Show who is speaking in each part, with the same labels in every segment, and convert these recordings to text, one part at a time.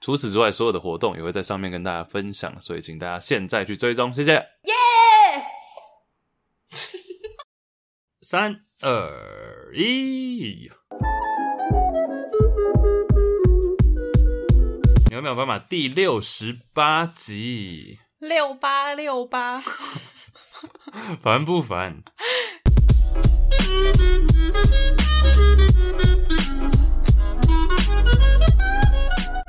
Speaker 1: 除此之外，所有的活动也会在上面跟大家分享，所以请大家现在去追踪，谢谢。三二一，有没有办法？第六十八集，
Speaker 2: 六八六八，
Speaker 1: 烦不烦？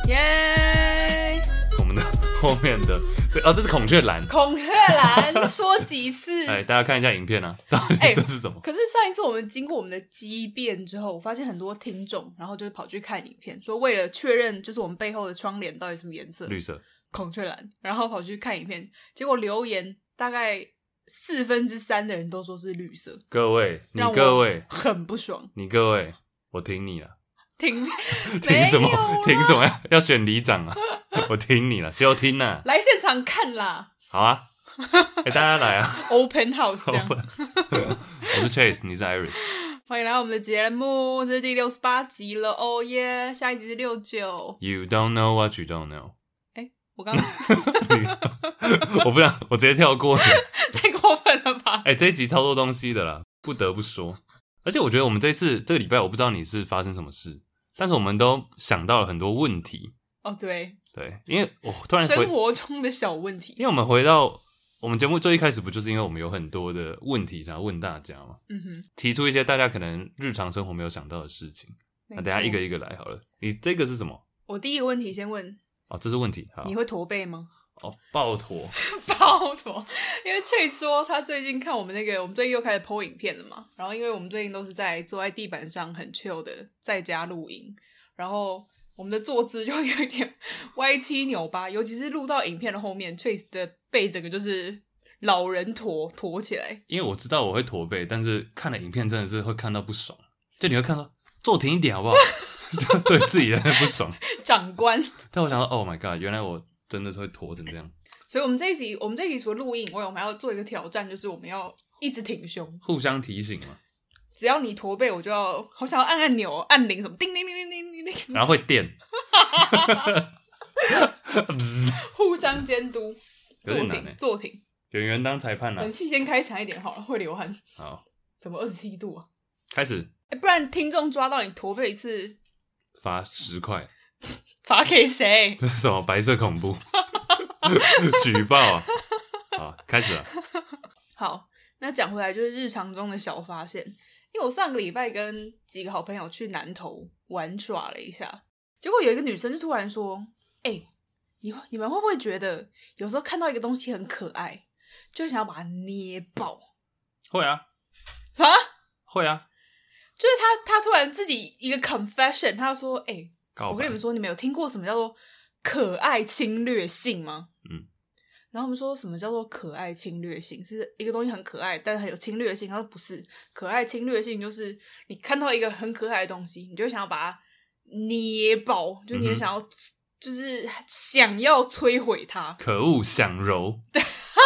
Speaker 2: 耶！
Speaker 1: 我们的 后面的，对啊，这是孔雀蓝。
Speaker 2: 孔雀蓝说几 次？
Speaker 1: 哎，大家看一下影片啊，到底
Speaker 2: 哎
Speaker 1: 这是什么？
Speaker 2: 可是上一次我们经过我们的激辩之后，我发现很多听众，然后就跑去看影片，说为了确认就是我们背后的窗帘到底什么颜色，
Speaker 1: 绿色，
Speaker 2: 孔雀蓝，然后跑去看影片，结果留言大概四分之三的人都说是绿色，
Speaker 1: 各位，你
Speaker 2: 让我
Speaker 1: 各位，
Speaker 2: 很不爽。
Speaker 1: 你各位，我挺你了，
Speaker 2: 听
Speaker 1: 挺什么
Speaker 2: 没有啦？
Speaker 1: 挺什么呀？要选里长啊！我挺你了，休听啊呐、
Speaker 2: 来现场看啦
Speaker 1: 好 啊，哎、大家来啊！
Speaker 2: ，Open House 这样。
Speaker 1: 我是 Chase，你是 Iris，
Speaker 2: 欢迎来到我们的节目，这是第六十八集了，哦耶！下一集是六九，
Speaker 1: You don't know what you don't know
Speaker 2: 我刚
Speaker 1: 你。我不想，我直接跳过你。
Speaker 2: 太过分了吧？
Speaker 1: 哎、这一集超多东西的啦，不得不说。而且我觉得我们这次这个礼拜，我不知道你是发生什么事，但是我们都想到了很多问题。
Speaker 2: 哦，对，
Speaker 1: 对，因为我、突然回
Speaker 2: 生，活中的小问题，
Speaker 1: 因为我们回到我们节目最一开始，不就是因为我们有很多的问题想要问大家嘛，
Speaker 2: 嗯哼，
Speaker 1: 提出一些大家可能日常生活没有想到的事情。那啊
Speaker 2: 没
Speaker 1: 等一下
Speaker 2: 错
Speaker 1: 一个，一个来好了。你这个是什么？
Speaker 2: 我第一个问题先问，
Speaker 1: 哦，这是问题。好，
Speaker 2: 你会驼背吗？
Speaker 1: 哦，抱驼。
Speaker 2: 抱驼，因为翠说她最近看我们那个，我们最近又开始 PO 影片了嘛，然后因为我们最近都是在坐在地板上很 chill 的在家录音，然后我们的坐姿就会有一点歪七扭八，尤其是录到影片的后面， 翠的背整个就是老人驼驼起来，
Speaker 1: 因为我知道我会驼背，但是看了影片真的是会看到不爽，就你会看到坐挺一点好不好？ 就对自己的不爽。
Speaker 2: 长官。
Speaker 1: 但我想到，Oh my god，原来我真的是会驼成这样，
Speaker 2: 所以我们这一集，我们这一集除了录音以外，我们还要做一个挑战，就是我们要一直挺胸。
Speaker 1: 互相提醒嘛，
Speaker 2: 只要你驼背，我就要好想要按按钮、按铃什么，叮铃铃铃铃铃铃，
Speaker 1: 然后会电，噗
Speaker 2: 互相监督。
Speaker 1: 有
Speaker 2: 坐
Speaker 1: 点难
Speaker 2: 挺，
Speaker 1: 欸
Speaker 2: 坐挺，
Speaker 1: 演员当裁判啦、啊
Speaker 2: 冷气先开强一点好了，会流汗。
Speaker 1: 好，
Speaker 2: 怎么二十七度啊？
Speaker 1: 开始
Speaker 2: 哎不然听众抓到你驼背一次，
Speaker 1: 罚十块，
Speaker 2: 罚给谁？
Speaker 1: 这是什么白色恐怖？ 举报啊！好，开 始了。
Speaker 2: 好，那讲回来就是日常中的小发现，因为我上个礼拜跟几个好朋友去南投玩耍了一下，结果有一个女生就突然说：“哎、你会你们会不会觉得有时候看到一个东西很可爱，就会想要把它捏爆
Speaker 1: 会啊，
Speaker 2: 啊？”
Speaker 1: 会啊，
Speaker 2: 就是她她突然自己一个 confession，她就说：“哎、
Speaker 1: 告
Speaker 2: 我跟
Speaker 1: 白
Speaker 2: 你们说，你们有听过什么叫做可爱侵略性吗？
Speaker 1: 嗯，
Speaker 2: 然后我们说什么叫做可爱侵略性？是一个东西很可爱，但是很有侵略性。他说不是，可爱侵略性就是你看到一个很可爱的东西，你就会想要把它捏爆，就你
Speaker 1: 嗯
Speaker 2: 会
Speaker 1: 哼。
Speaker 2: 想要、就是想要摧毁它
Speaker 1: 可恶，想柔，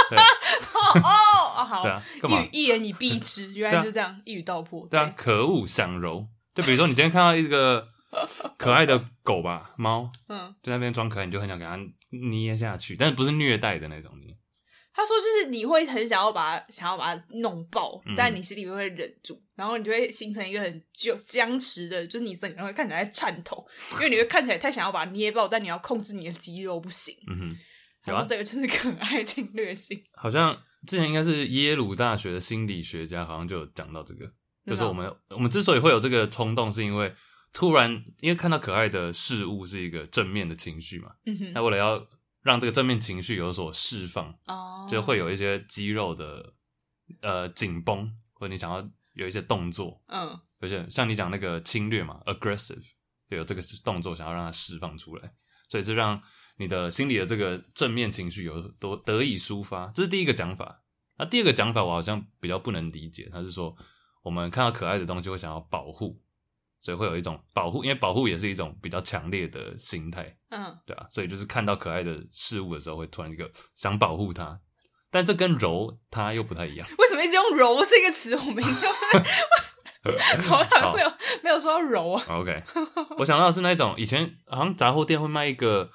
Speaker 2: 哦哦，啊好，
Speaker 1: 对啊，干嘛？
Speaker 2: 一一言以蔽之，原
Speaker 1: 对啊
Speaker 2: 来就这样，一语道破。
Speaker 1: 对啊，可恶，想揉。就比如说，你今天看到一 个可爱的狗吧，猫
Speaker 2: 对，嗯，
Speaker 1: 在那边装可爱，你就很想给它捏下去，但是不是虐待的那种捏。
Speaker 2: 他说就是你会很想要把它想要把它弄爆，
Speaker 1: 嗯
Speaker 2: 但你心里面会忍住，然后你就会形成一个很僵僵持的，就是你整个人会看起来在颤抖，因为你会看起来太想要把它捏爆，但你要控制你的肌肉不行。
Speaker 1: 嗯哼，
Speaker 2: 他
Speaker 1: 有啊
Speaker 2: 说这个就是可爱侵略性，
Speaker 1: 好像之前应该是耶鲁大学的心理学家，好像就有讲到这个，
Speaker 2: 真的啊
Speaker 1: 就是我们我们之所以会有这个冲动，是因为突然因为看到可爱的事物是一个正面的情绪嘛，
Speaker 2: 嗯哼，
Speaker 1: 那为了要让这个正面情绪有所释放，
Speaker 2: 哦，
Speaker 1: 就会有一些肌肉的呃紧绷，或者你想要有一些动作，
Speaker 2: 嗯，
Speaker 1: 而且像你讲那个侵略嘛，aggressive 就有这个动作想要让它释放出来，所以是让你的心里的这个正面情绪有多得以抒发，这是第一个讲法。那第二个讲法我好像比较不能理解，他是说我们看到可爱的东西会想要保护，所以会有一种保护，因为保护也是一种比较强烈的心态，
Speaker 2: 嗯，
Speaker 1: 对啊，所以就是看到可爱的事物的时候，会突然一个想保护它，但这跟柔它又不太一样。
Speaker 2: 为什么一直用“柔”这个词？我们一定要 从来没有没有说到柔啊。
Speaker 1: OK，我想到的是那种以前好像杂货店会卖一个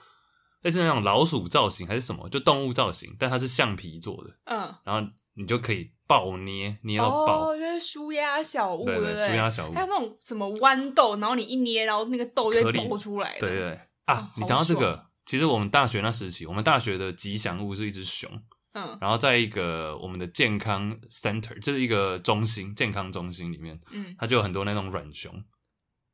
Speaker 1: 类似那种老鼠造型还是什么，就动物造型，但它是橡皮做的，
Speaker 2: 嗯，
Speaker 1: 然后你就可以爆捏，捏到爆，
Speaker 2: 哦，就是舒压小物，
Speaker 1: 对
Speaker 2: 不
Speaker 1: 对，
Speaker 2: 对？
Speaker 1: 舒压小物，
Speaker 2: 还有那种什么豌豆，然后你一捏，然后那个豆就会
Speaker 1: 颗粒
Speaker 2: 爆出来的。
Speaker 1: 对对对
Speaker 2: 哦
Speaker 1: 啊！你讲到这
Speaker 2: 好
Speaker 1: 个
Speaker 2: 爽，
Speaker 1: 其实我们大学那时期，我们大学的吉祥物是一只熊，
Speaker 2: 嗯
Speaker 1: 然后在一个我们的健康 center，就是一个中心健康中心里面，
Speaker 2: 嗯，
Speaker 1: 它就有很多那种软熊，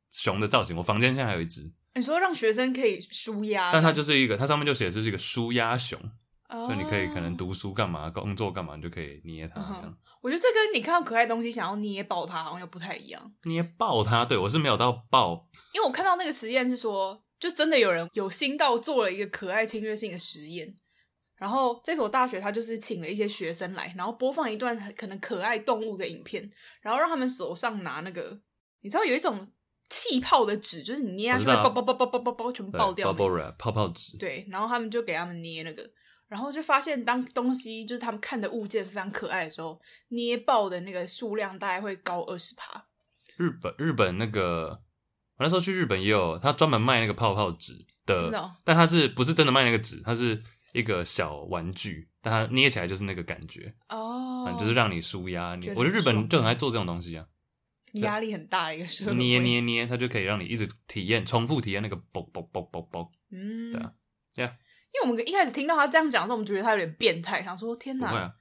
Speaker 1: 熊的造型。我房间现在还有一只，
Speaker 2: 你说让学生可以舒压，
Speaker 1: 但它就是一个，它上面就写是一个舒压熊，
Speaker 2: 哦
Speaker 1: 就你可以可能。读书干嘛、工作干嘛，你就可以捏它
Speaker 2: 嗯哼
Speaker 1: 这样。
Speaker 2: 我觉得这跟你看到可爱东西想要捏爆它好像又不太一样，
Speaker 1: 捏爆它，对我是没有到爆，
Speaker 2: 因为我看到那个实验是说，就真的有人有心到做了一个可爱侵略性的实验。然后这所大学他就是请了一些学生来，然后播放一段很可能可爱动物的影片，然后让他们手上拿那个，你知道有一种气泡的纸，就是你捏下去会
Speaker 1: 我知道
Speaker 2: 爆爆爆爆爆爆爆全部
Speaker 1: 对
Speaker 2: 爆掉那种
Speaker 1: bubble wrap 泡泡纸，
Speaker 2: 对，然后他们就给他们捏那个，然后就发现当东西就是他们看的物件非常可爱的时候，捏爆的那个数量大概会高二十趴。
Speaker 1: 日本日本那个，我那时候去日本也有，他专门卖那个泡泡纸的，
Speaker 2: 真的哦
Speaker 1: 但他是不是真的卖那个纸？它是一个小玩具，但它捏起来就是那个感觉，
Speaker 2: 哦
Speaker 1: 嗯，就是让你舒压。你
Speaker 2: 觉得
Speaker 1: 我觉得日
Speaker 2: 很
Speaker 1: 本
Speaker 2: 爽
Speaker 1: 就很爱做这种东西 啊，
Speaker 2: 压力很大的一个社会。
Speaker 1: 捏，捏捏，它就可以让你一直体验，重复体验那个啵啵啵啵啵。
Speaker 2: 嗯，
Speaker 1: 对啊对啊
Speaker 2: 因为我们一开始听到他这样讲的时候，我们觉得他有点变态，想说天
Speaker 1: 不会
Speaker 2: 哪，
Speaker 1: 啊，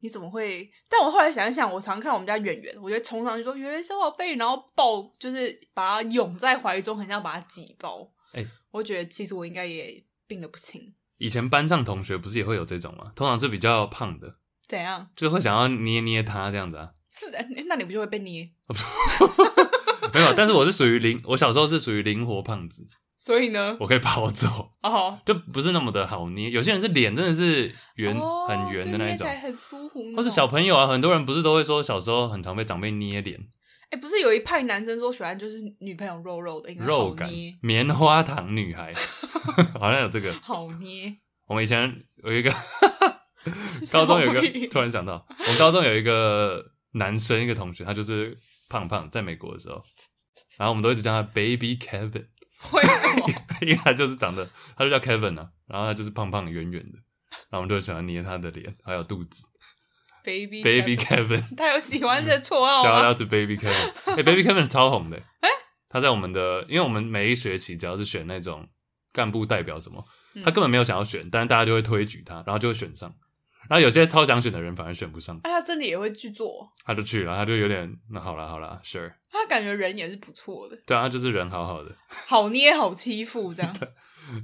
Speaker 2: 你怎么会？但我后来想一想，我常看我们家圆圆，我就冲上去说圆圆小宝贝，然后抱，就是把他拥在怀中，很想把他挤爆。
Speaker 1: 哎
Speaker 2: 我觉得其实我应该也病得不轻。
Speaker 1: 以前班上同学不是也会有这种吗？通常是比较胖的，
Speaker 2: 怎样？
Speaker 1: 就是会想要捏捏它这样子啊。
Speaker 2: 是的，哎那你不就会被捏？
Speaker 1: 没有，但是我是属于灵， 我小时候是属于灵活胖子，
Speaker 2: 所以呢，
Speaker 1: 我可以跑走。
Speaker 2: 哦，
Speaker 1: 就不是那么的好捏。有些人是脸真的是圆、
Speaker 2: 哦
Speaker 1: 很圆的那一种
Speaker 2: 就捏起，来很舒服那种。
Speaker 1: 或是小朋友啊，很多人不是都会说小时候很常被长辈捏脸，
Speaker 2: 哎、不是有一派男生说喜欢就是女朋友肉肉的，应该
Speaker 1: 肉
Speaker 2: 嗯好
Speaker 1: 感
Speaker 2: 捏，
Speaker 1: 棉花糖女 孩，好像有这个。
Speaker 2: 好 捏。
Speaker 1: 我们以前有一个
Speaker 2: 是
Speaker 1: 高中有
Speaker 2: 什么
Speaker 1: 一
Speaker 2: 意
Speaker 1: 个，
Speaker 2: 思
Speaker 1: 突然想到，我们高中有一个男生，一个同学，他就是胖胖，在美国的时候，然后我们都一直叫他 Baby Kevin，
Speaker 2: 为什么？
Speaker 1: 因为他就是长得，他就叫 Kevin 啊，然后他就是胖胖圆圆的，然后我们就喜欢捏他的脸还有肚子
Speaker 2: baby
Speaker 1: ，Baby
Speaker 2: Kevin
Speaker 1: Kevin。
Speaker 2: 他有喜欢这绰号啊
Speaker 1: Shout
Speaker 2: 吗？
Speaker 1: out to Baby Kevin，哎、b a b y Kevin 超红的、他在我们的，因为我们每一学期只要是选那种干部代表什么，
Speaker 2: 嗯
Speaker 1: 他根本没有想要选，但是大家就会推举他，然后就会选上。然后有些超想选的人反而选不上，
Speaker 2: 哎、他真的也会去做，
Speaker 1: 他就去了，他就有点那好啦好啦，sure，
Speaker 2: 他感觉人也是不错的，
Speaker 1: 对啊，他就是人好好的
Speaker 2: 好捏好欺 负这样。
Speaker 1: 呀。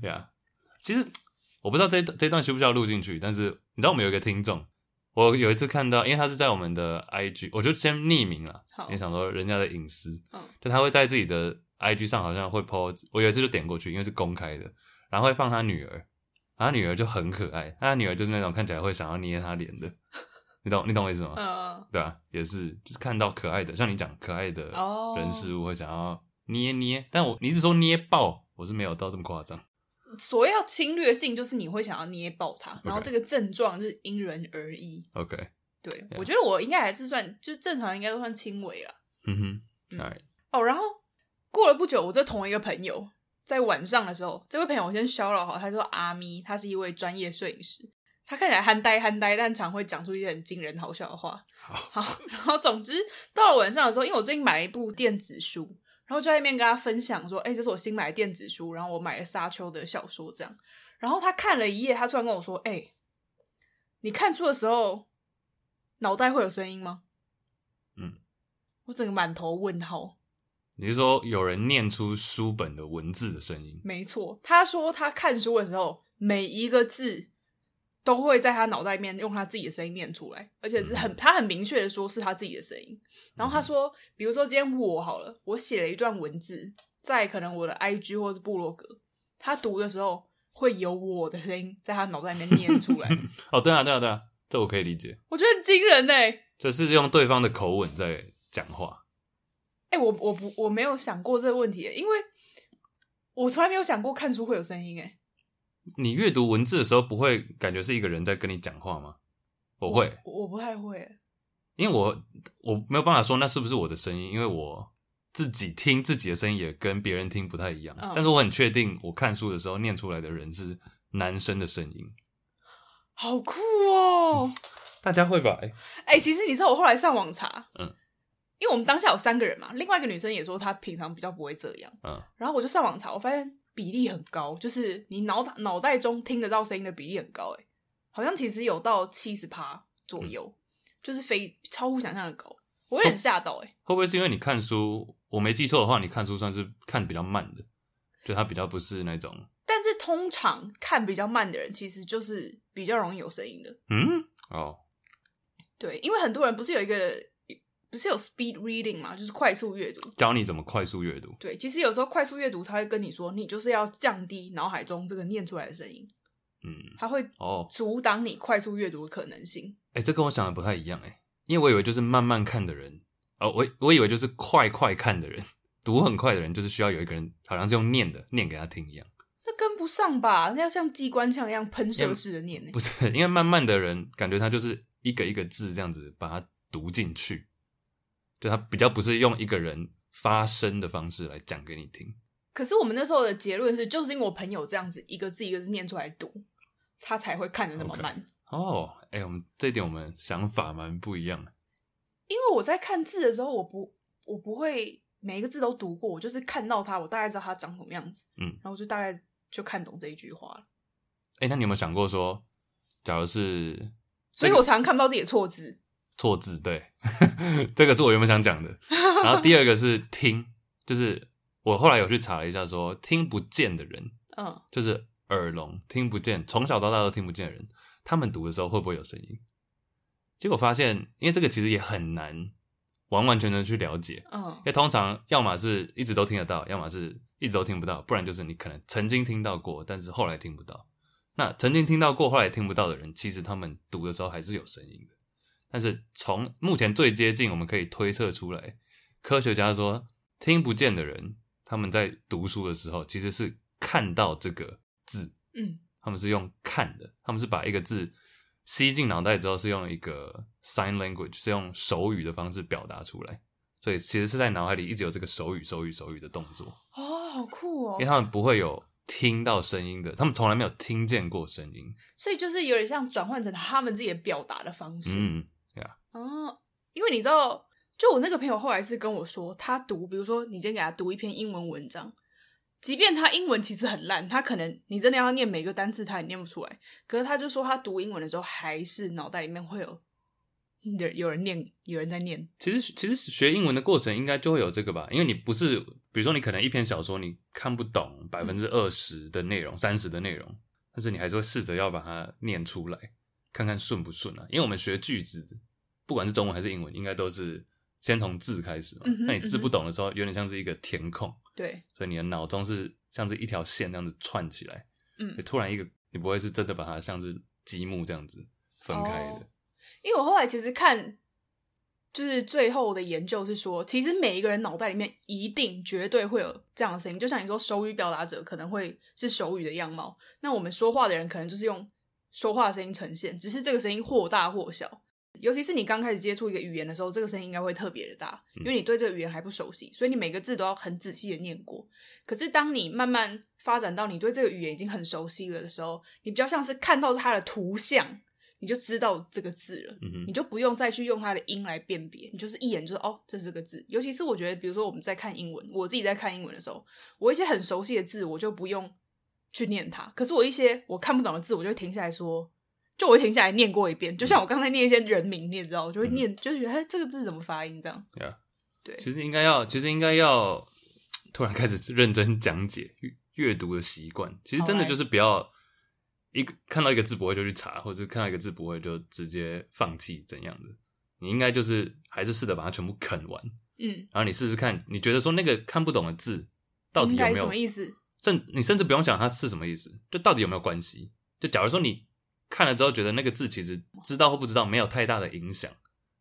Speaker 1: Yeah. 啊其实我不知道这一段这一段需不需要录进去，但是你知道我们有一个听众，我有一次看到，因为他是在我们的 IG，我就先匿名了
Speaker 2: 好，
Speaker 1: 因为想说人家的隐私，
Speaker 2: 嗯
Speaker 1: 就他会在自己的 IG 上好像会 po，我有一次就点过去，因为是公开的，然后会放他女儿，然后他女儿就很可爱，他女儿就是那种看起来会想要捏他脸的，你懂你懂我意思吗？
Speaker 2: 嗯，
Speaker 1: 对啊，也是就是看到可爱的，像你讲可爱的
Speaker 2: 哦
Speaker 1: 人事物会想要捏捏，但我你一直说捏爆，我是没有到这么夸张，
Speaker 2: 所谓要侵略性，就是你会想要捏爆他然后这个症状就是因人而异。
Speaker 1: OK，
Speaker 2: 对
Speaker 1: Yeah
Speaker 2: 我觉得我应该还是算，就是正常应该都算轻微了。
Speaker 1: 嗯哼
Speaker 2: 嗯
Speaker 1: ，Alright，
Speaker 2: 哦，然后过了不久，我这同一个朋友在晚上的时候，这位朋友我先骚扰好，他说阿咪，他是一位专业摄影师，他看起来憨呆憨呆，但常会讲出一些很惊人好笑的话。好，然后总之到了晚上的时候，因为我最近买了一部电子书，然后就在那边跟他分享说，哎、这是我新买的电子书，然后我买了沙丘的小说这样。然后他看了一页，他突然跟我说，哎、你看书的时候脑袋会有声音吗？
Speaker 1: 嗯，
Speaker 2: 我整个满头问号。
Speaker 1: 你是说有人念出书本的文字的声音？
Speaker 2: 没错，他说他看书的时候，每一个字都会在他脑袋里面用他自己的声音念出来，而且是
Speaker 1: 嗯
Speaker 2: 很他很明确的说是他自己的声音。然后他说，比如说今天我好了，我写了一段文字在可能我的 IG 或是部落格，他读的时候，会有我的声音在他脑袋里面 念出来，
Speaker 1: 哦，对啊，对啊，对啊，这我可以理解，
Speaker 2: 我觉得很惊人呢、欸。
Speaker 1: 就是用对方的口吻在讲话。
Speaker 2: 哎、我我不我没有想过这个问题欸、因为我从来没有想过看书会有声音、欸。哎，
Speaker 1: 你阅读文字的时候，不会感觉是一个人在跟你讲话吗？我会，
Speaker 2: 我不太会、欸。
Speaker 1: 因为我我没有办法说那是不是我的声音，因为我自己听自己的声音也跟别人听不太一样。
Speaker 2: 嗯
Speaker 1: 但是我很确定，我看书的时候念出来的人是男生的声音。
Speaker 2: 好酷哦！
Speaker 1: 大家会吧？欸
Speaker 2: 哎、其实你知道，我后来上网查，
Speaker 1: 嗯，
Speaker 2: 因为我们当下有三个人嘛，另外一个女生也说她平常比较不会这样，
Speaker 1: 嗯，
Speaker 2: 然后我就上网查，我发现比例很高，就是你脑袋脑袋中听得到声音的比例很高、欸，好像其实有到七十趴左右，就是非超乎想象的高，我有点吓到、欸，哎、
Speaker 1: 会不会是因为你看书？我没记错的话，你看书算是看比较慢的，就它比较不是那种
Speaker 2: 但是通常看比较慢的人，其实就是比较容易有声音的，
Speaker 1: 嗯哦
Speaker 2: 对，因为很多人不是有一个不是有 speed reading 嘛，就是快速阅读，
Speaker 1: 教你怎么快速阅读。
Speaker 2: 对，其实有时候快速阅读，他会跟你说，你就是要降低脑海中这个念出来的声音，
Speaker 1: 嗯
Speaker 2: 它会
Speaker 1: 哦，
Speaker 2: 阻挡你快速阅读的可能性。
Speaker 1: 哎、这跟我想的不太一样哎、因为我以为就是慢慢看的人，哦，我我以为就是快快看的人，读很快的人，就是需要有一个人，好像是用念的，念给他听一样。
Speaker 2: 那跟不上吧？那要像机关枪一样喷射式的念呢、
Speaker 1: 不是，因为慢慢的人感觉他就是一个一个字这样子把它读进去，就他比较不是用一个人发声的方式来讲给你听。
Speaker 2: 可是我们那时候的结论是，就是因为我朋友这样子一个字一个字念出来读，他才会看得那么
Speaker 1: OK
Speaker 2: 慢。
Speaker 1: 哦，哎、我们这一点我们想法蛮不一样的。
Speaker 2: 因为我在看字的时候，我不我不会每一个字都读过，我就是看到它，我大概知道它长什么样子，
Speaker 1: 嗯
Speaker 2: 然后我就大概就看懂这一句话了。
Speaker 1: 哎、那你有没有想过说，假如是
Speaker 2: 所以我常常看不到自己的错字。
Speaker 1: 错字，对， 这个是我原本想讲的。然后第二个是听，就是我后来有去查了一下说听不见的人，
Speaker 2: 嗯，
Speaker 1: 就是耳聋，听不见，从小到大都听不见的人，他们读的时候会不会有声音？结果发现，因为这个其实也很难完完全全去了解，
Speaker 2: 嗯
Speaker 1: 因为通常要么是一直都听得到，要么是一直都听不到，不然就是你可能曾经听到过，但是后来听不到。那曾经听到过，后来听不到的人，其实他们读的时候还是有声音的。但是从目前最接近，我们可以推测出来，科学家说听不见的人，他们在读书的时候其实是看到这个字，
Speaker 2: 嗯，
Speaker 1: 他们是用看的，他们是把一个字吸进脑袋之后，是用一个 sign language，是用手语的方式表达出来。所以其实是在脑海里一直有这个手语、手语、手语的动作，
Speaker 2: 哦，好酷哦
Speaker 1: 因为！他们不会有听到声音的，他们从来没有听见过声音。
Speaker 2: 所以就是有点像转换成他们自己的表达的方式。
Speaker 1: 嗯，
Speaker 2: 哦，因为你知道，就我那个朋友后来是跟我说，他读，比如说你今天给他读一篇英文文章，即便他英文其实很烂，他可能你真的要念每个单字他也念不出来，可是他就说他读英文的时候，还是脑袋里面会有有有人念，有人在念。
Speaker 1: 其实其实学英文的过程应该就会有这个吧，因为你不是，比如说你可能一篇小说你看不懂百分之二十的内容、三十的内容，但是你还是会试着要把它念出来，看看顺不顺啊。因为我们学句子，不管是中文还是英文，应该都是先从字开始嘛。
Speaker 2: 嗯哼
Speaker 1: 那你字不懂的时候，有点像是一个填空，
Speaker 2: 对，
Speaker 1: 所以你的脑中是像是一条线那样子串起来，
Speaker 2: 嗯
Speaker 1: 所以，突然一个你不会是真的把它像是积木这样子分开的。
Speaker 2: 哦因为我后来其实看，就是最后的研究是说，其实每一个人脑袋里面一定绝对会有这样的声音，就像你说手语表达者可能会是手语的样貌，那我们说话的人可能就是用说话的声音呈现，只是这个声音或大或小。尤其是你刚开始接触一个语言的时候，这个声音应该会特别的大，
Speaker 1: 嗯
Speaker 2: 因为你对这个语言还不熟悉，所以你每个字都要很仔细的念过。可是当你慢慢发展到你对这个语言已经很熟悉了的时候，你比较像是看到它的图像，你就知道这个字了。
Speaker 1: 嗯
Speaker 2: 你
Speaker 1: 哼，
Speaker 2: 就不用再去用它的音来辨别，你就是一眼就是哦，这是个字。尤其是我觉得，比如说我们在看英文，我自己在看英文的时候，我一些很熟悉的字，我就不用去念它。可是我一些我看不懂的字，我就会停下来说，就我会停下来念过一遍。就像我刚才念一些人名，你也知道，我
Speaker 1: 嗯
Speaker 2: 就会念，就觉得哎，这个字怎么发音这样？
Speaker 1: 对啊。
Speaker 2: 对，
Speaker 1: 其实应该要，其实应该要突然开始认真讲解阅阅读的习惯。其实真的
Speaker 2: 好来
Speaker 1: 就是不要一个看到一个字不会就去查，或者是看到一个字不会就直接放弃怎样的。你应该就是还是试着把它全部啃完，
Speaker 2: 嗯，
Speaker 1: 然后你试试看，你觉得说那个看不懂的字到底
Speaker 2: 应
Speaker 1: 有
Speaker 2: 该
Speaker 1: 没
Speaker 2: 什
Speaker 1: 有
Speaker 2: 么意思？
Speaker 1: 甚你甚至不用想它是什么意思，就到底有没有关系。就假如说你看了之后觉得那个字其实知道或不知道没有太大的影响，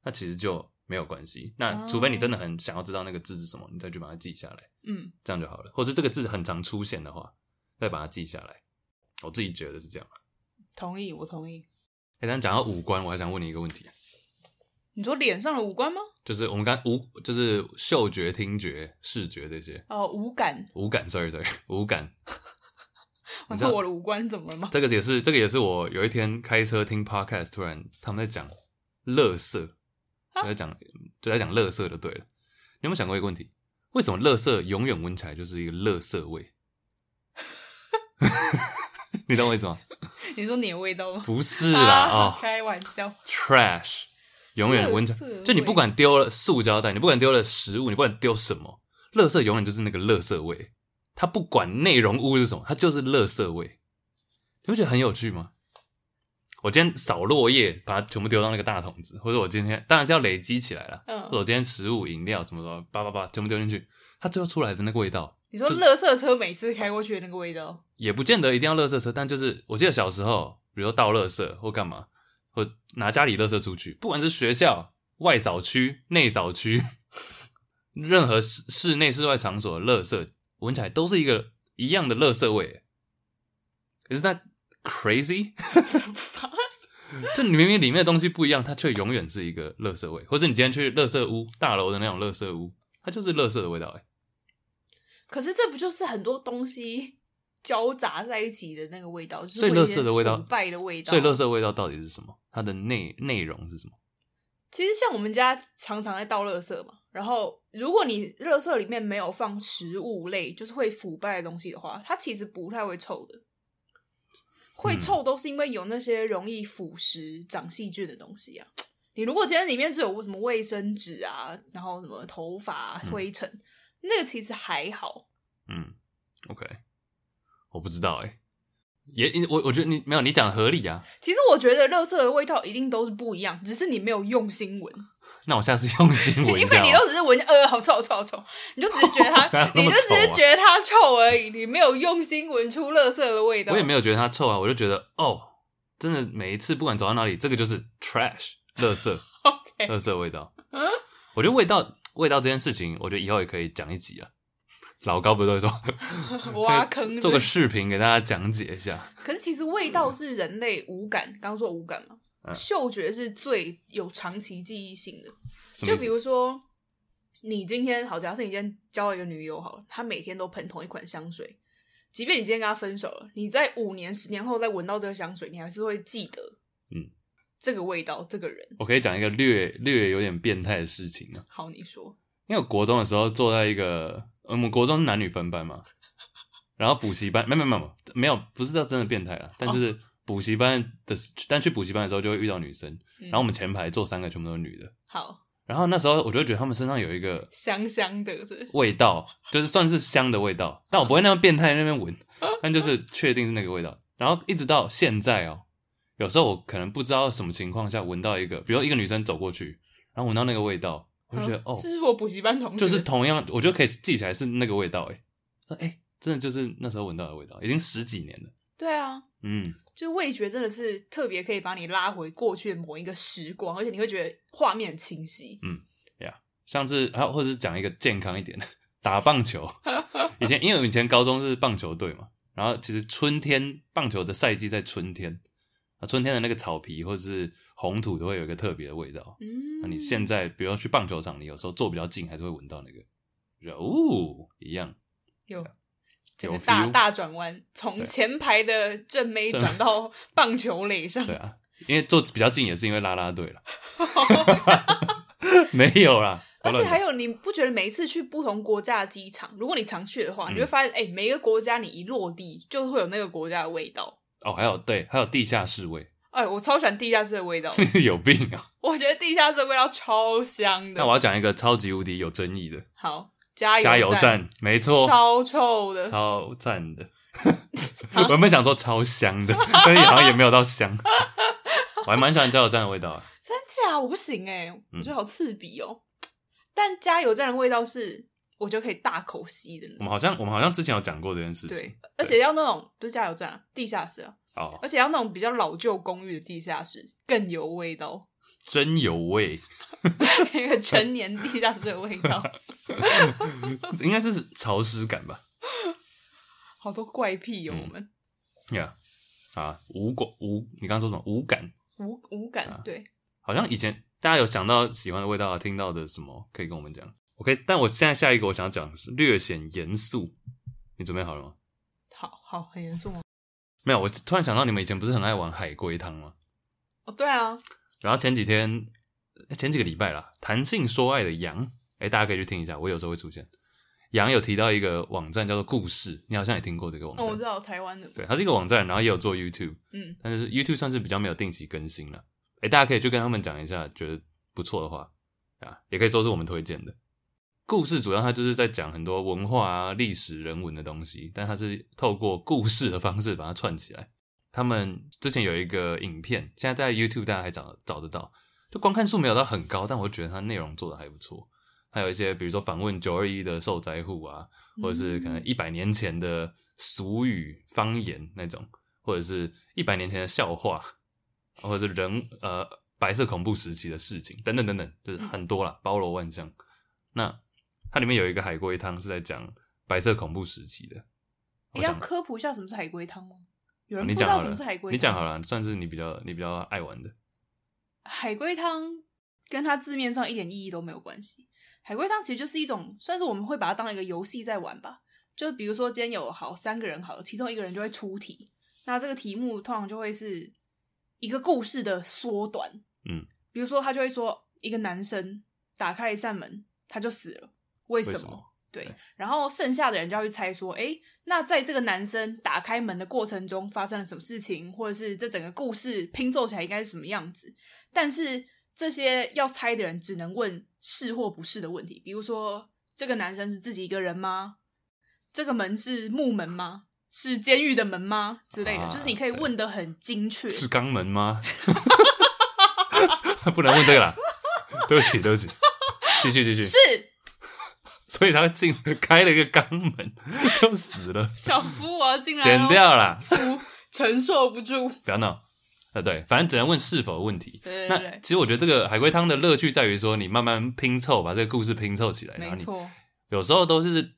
Speaker 1: 那其实就没有关系。那
Speaker 2: 哦
Speaker 1: 除非你真的很想要知道那个字是什么，你再去把它记下来，
Speaker 2: 嗯，
Speaker 1: 这样就好了。或是这个字很常出现的话，再把它记下来。我自己觉得是这样。
Speaker 2: 同意，我同意。
Speaker 1: 哎、但讲到五官，我还想问你一个问题，
Speaker 2: 你说脸上的五官吗？
Speaker 1: 就是我们刚五就是嗅觉、听觉、视觉这些
Speaker 2: 哦、五感。
Speaker 1: 五感，sorry sorry，五感。
Speaker 2: 我
Speaker 1: 知道
Speaker 2: 说我的五官怎么了吗？
Speaker 1: 这个也是，这个也是我有一天开车听 podcast，突然他们在讲垃圾，
Speaker 2: 啊
Speaker 1: 在讲就在讲垃圾就对了。你有没有想过一个问题？为什么垃圾永远闻起来就是一个垃圾味？ 你懂我意思吗？
Speaker 2: 你说你的味道吗？
Speaker 1: 不是啦，
Speaker 2: 啊
Speaker 1: 哦
Speaker 2: 开玩笑。
Speaker 1: ，trash，永远闻起
Speaker 2: 垃圾
Speaker 1: 来，
Speaker 2: 味
Speaker 1: 就你不管丢了塑胶袋，你不管丢了食物，你不管丢什么，垃圾永远就是那个垃圾味。它不管内容物是什么，它就是垃圾味。你不觉得很有趣吗？我今天扫落叶，把它全部丢到那个大桶子，或者我今天当然是要累积起来了。
Speaker 2: 嗯
Speaker 1: 或者我今天食物、饮料什么什么，叭叭叭，全部丢进去，它最后出来的那个味道，
Speaker 2: 你说垃圾车每次开过去的那个味道，
Speaker 1: 也不见得一定要垃圾车，但就是我记得小时候，比如说倒垃圾或干嘛，或拿家里垃圾出去，不管是学校、外扫区、内扫区，任何室室内、室外场所的垃圾，闻起来都是一个一样的垃圾味。可是那 crazy，就你明明里面的东西不一样，它却永远是一个垃圾味。或者你今天去垃圾屋、大楼的那种垃圾屋，它就是垃圾的味道、欸。
Speaker 2: 可是这不就是很多东西 交杂在一起的那个味道，就是
Speaker 1: 所以
Speaker 2: 会有
Speaker 1: 垃
Speaker 2: 一些
Speaker 1: 圾的味道
Speaker 2: 腐败的味道。
Speaker 1: 所以垃圾味道到底是什么？它的内内容是什么？
Speaker 2: 其实像我们家常常在倒垃圾嘛，然后如果你垃圾里面没有放食物类，就是会腐败的东西的话，它其实不太会臭的。会
Speaker 1: 嗯
Speaker 2: 臭都是因为有那些容易腐蚀、长细菌的东西啊。你如果今天里面只有什么卫生纸啊，然后什么头发啊、
Speaker 1: 嗯
Speaker 2: 灰尘，那个其实还好。
Speaker 1: 嗯，OK，我不知道哎、也因我我觉得你没有你讲的合理啊。
Speaker 2: 其实我觉得垃圾的味道一定都是不一样，只是你没有用心闻，
Speaker 1: 那我下次用心闻一
Speaker 2: 因为
Speaker 1: 下
Speaker 2: 你
Speaker 1: 哦、
Speaker 2: 都只是闻，呃，好臭，好臭，好臭，你就只是觉得
Speaker 1: 哪
Speaker 2: 它
Speaker 1: 有，那
Speaker 2: 你
Speaker 1: 么
Speaker 2: 就只是
Speaker 1: 臭啊
Speaker 2: 觉得它臭而已，你没有用心闻出垃圾的味道。
Speaker 1: 我也没有觉得它臭啊，我就觉得哦，真的每一次不管走到哪里，这个就是 trash，垃 圾，
Speaker 2: OK，
Speaker 1: 垃圾味道
Speaker 2: 嗯。
Speaker 1: 我觉得味道味道这件事情，我觉得以后也可以讲一集啊。老高不都会说
Speaker 2: 挖坑
Speaker 1: 做个
Speaker 2: 是
Speaker 1: 视频给大家讲解一下。
Speaker 2: 可是其实味道是人类五感，刚刚说五感嘛，
Speaker 1: 嗯
Speaker 2: 嗅觉是最有长期记忆性的。
Speaker 1: 什么
Speaker 2: 就
Speaker 1: 意
Speaker 2: 比
Speaker 1: 思？
Speaker 2: 如说，你今天好，假设你今天交了一个女友好了，她每天都喷同一款香水，即便你今天跟她分手了，你在五年、十年后再闻到这个香水，你还是会记得，
Speaker 1: 嗯，
Speaker 2: 这个味道，这个人。
Speaker 1: 我可以讲一个略略有点变态的事情啊。
Speaker 2: 好，你说，
Speaker 1: 因为我国中的时候坐在一个，呃我们国中是男女分班嘛，然后补习班，没有没有没有没有，不是到真的变态啦，但就是补习班的，但去补习班的时候就会遇到女生，
Speaker 2: 嗯
Speaker 1: 然后我们前排坐三个全部都是女的，
Speaker 2: 好
Speaker 1: 然后那时候我就觉得她们身上有一个
Speaker 2: 香香的是不是
Speaker 1: 味道，就是算是香的味道，但我不会那么变态在那边闻，但就是确定是那个味道。然后一直到现在哦，有时候我可能不知道什么情况下闻到一个，比如一个女生走过去，然后闻到那个味道，我就觉得
Speaker 2: 嗯
Speaker 1: 哦，
Speaker 2: 是我补习班同学，
Speaker 1: 就是同样，我就可以记起来是那个味道、欸。哎，说哎、欸真的就是那时候闻到的味道，已经十几年了。
Speaker 2: 对啊，
Speaker 1: 嗯，
Speaker 2: 就味觉真的是特别可以把你拉回过去的某一个时光，而且你会觉得画面很清晰。
Speaker 1: 像是还有或者是讲一个健康一点的， 打棒 球。以前因为我以前高中是棒球队嘛，然后其实春天棒球的赛季在春天，啊，春天的那个草皮或者是红土都会有一个特别的味道。
Speaker 2: 嗯，
Speaker 1: 那你现在比如说去棒球场，你有时候坐比较近，还是会闻到那个。就哦，一样，
Speaker 2: 有整
Speaker 1: 有
Speaker 2: 个大
Speaker 1: feel
Speaker 2: 大转弯，从
Speaker 1: 对
Speaker 2: 前排的正妹
Speaker 1: 正
Speaker 2: 转到棒球垒上
Speaker 1: 对。啊，因为坐比较近也是因为拉拉队 了，没有啦，
Speaker 2: 而且还
Speaker 1: 有
Speaker 2: 有，你不觉得每一次去不同国家的机场，如果你常去的话，
Speaker 1: 嗯
Speaker 2: 你会发现，哎、每一个国家你一落地，就会有那个国家的味道。
Speaker 1: 哦，还有对，还有地下室味，
Speaker 2: 哎、我超喜欢地下室的味道，
Speaker 1: 有病啊！
Speaker 2: 我觉得地下室的味道超香的
Speaker 1: 那。我要讲一个超级无敌有争议的
Speaker 2: 好，加油
Speaker 1: 加
Speaker 2: 加
Speaker 1: 油
Speaker 2: 站，
Speaker 1: 站，没错，
Speaker 2: 超臭的。
Speaker 1: 超赞 的。我原本想说超香的，但是好像也没有到香。我还蛮喜欢加油站的味道啊，
Speaker 2: 欸
Speaker 1: 嗯
Speaker 2: 真假？我不行哎、我觉得好刺鼻哦、但加油站的味道是，我就可以大口吸的那
Speaker 1: 我
Speaker 2: 种。
Speaker 1: 们好像我们好像之前有讲过这件事情
Speaker 2: 对，，而且要那种不是加油站啊，地下室啊，
Speaker 1: 哦，
Speaker 2: 而且要那种比较老旧公寓的地下室更有味道，
Speaker 1: 真有味，
Speaker 2: 那个成年地下室的味道，
Speaker 1: 应该是潮湿感吧？
Speaker 2: 好多怪癖有、
Speaker 1: 嗯
Speaker 2: 我们
Speaker 1: 呀、yeah,，啊，无感无，你刚刚说什么？无感，
Speaker 2: 无无感、
Speaker 1: 啊
Speaker 2: 对，
Speaker 1: 好像以前大家有想到喜欢的味道啊，听到的什么可以跟我们讲。OK，但我现在下一个我想要讲的是略显严肃，你准备好了吗？
Speaker 2: 好好很严肃吗？哦
Speaker 1: 没有，我突然想到你们以前不是很爱玩海龟汤吗？
Speaker 2: 哦，对啊，
Speaker 1: 然后前几天，诶前几个礼拜啦，谈性说爱的杨，哎，大家可以去听一下，我有时候会出现。杨有提到一个网站叫做故事，你好像也听过这个网
Speaker 2: 哦，我
Speaker 1: 站
Speaker 2: 知，道台湾的，
Speaker 1: 对，它是一个网站，然后也有做 YouTube，
Speaker 2: 嗯，
Speaker 1: 但是 YouTube 算是比较没有定期更新了。哎，大家可以去跟他们讲一下，觉得不错的话啊，也可以说是我们推荐的。故事主要它就是在讲很多文化啊、历史、人文的东西，但它是透过故事的方式把它串起来。他们之前有一个影片，现在在 YouTube 大家还找找得到，就观看数没有到很高，但我觉得它内容做的还不错。还有一些比如说访问九二一的受灾户啊，或者是
Speaker 2: 嗯
Speaker 1: 可能一百年前的俗语方言那种，或者是一百年前的笑话，或者是人呃白色恐怖时期的事情等等等等，就是
Speaker 2: 嗯
Speaker 1: 很多啦，包罗万象。那它里面有一个海龟汤是在讲白色恐怖时期的，
Speaker 2: 诶
Speaker 1: 我
Speaker 2: 要
Speaker 1: 想哦
Speaker 2: 科普一下什么是海龟汤吗？有人不
Speaker 1: 你
Speaker 2: 知
Speaker 1: 讲
Speaker 2: 道
Speaker 1: 好
Speaker 2: 什
Speaker 1: 了
Speaker 2: 么是海，龟，
Speaker 1: 你讲好。了，算是你比较你比较爱玩的。
Speaker 2: 海龟汤跟它字面上一点意义都没有关系。海龟汤其实就是一种，算是我们会把它当一个游戏在玩吧。就比如说今天有好三个人好了，其中一个人就会出题，那这个题目通常就会是一个故事的缩短。
Speaker 1: 嗯，
Speaker 2: 比如说他就会说一个男生打开一扇门，他就死了，为什
Speaker 1: 为
Speaker 2: 么？
Speaker 1: 什么？
Speaker 2: 对
Speaker 1: 对，
Speaker 2: 然后剩下的人就要去猜说，诶，那在这个男生打开门的过程中发生了什么事情，或者是这整个故事拼凑起来应该是什么样子？但是这些要猜的人只能问是或不是的问题，比如说这个男生是自己一个人吗？这个门是木门吗？是监狱的门吗？之类的，
Speaker 1: 啊
Speaker 2: 就是你可以
Speaker 1: 对
Speaker 2: 问的很精确。
Speaker 1: 是肛门吗？ 不能问这个啦，对不起，对不起，继续继续。
Speaker 2: 是
Speaker 1: 所以他进开了一个肛门就死了，
Speaker 2: 小夫，我要进 来
Speaker 1: 剪
Speaker 2: 咯，
Speaker 1: 掉啦，
Speaker 2: 夫 承受不住。
Speaker 1: 不要闹。呃，对，反正只能问是否的问题。
Speaker 2: 对对
Speaker 1: 那
Speaker 2: 对
Speaker 1: 其实我觉得这个海龟汤的乐趣在于说，你慢慢拼凑，把这个故事拼凑起来。
Speaker 2: 对，
Speaker 1: 然
Speaker 2: 没
Speaker 1: 后你
Speaker 2: 错，
Speaker 1: 有时候都是，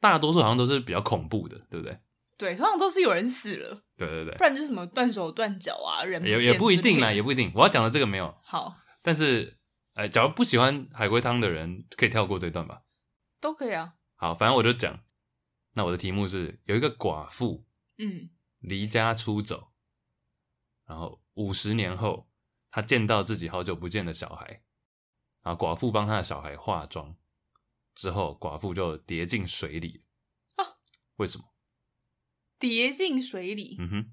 Speaker 1: 大多数好像都是比较恐怖的，对不对？
Speaker 2: 对，通常都是有人死了。
Speaker 1: 对对对
Speaker 2: 不，然就是什么断手断脚啊，人
Speaker 1: 也
Speaker 2: 见
Speaker 1: 也不一
Speaker 2: 之类
Speaker 1: 定啦，
Speaker 2: 的
Speaker 1: 也不一定。我要讲的这个没有，
Speaker 2: 好
Speaker 1: 但是，呃，假如不喜欢海龟汤的人，可以跳过这段吧。
Speaker 2: 都可以啊。
Speaker 1: 好，反正我就讲。那我的题目是有一个寡妇
Speaker 2: 嗯，
Speaker 1: 离家出走，然后五十年后，她见到自己好久不见的小孩，然后寡妇帮她的小孩化妆，之后寡妇就跌进水里。
Speaker 2: 啊
Speaker 1: 为什么？
Speaker 2: 跌进水里，
Speaker 1: 嗯哼，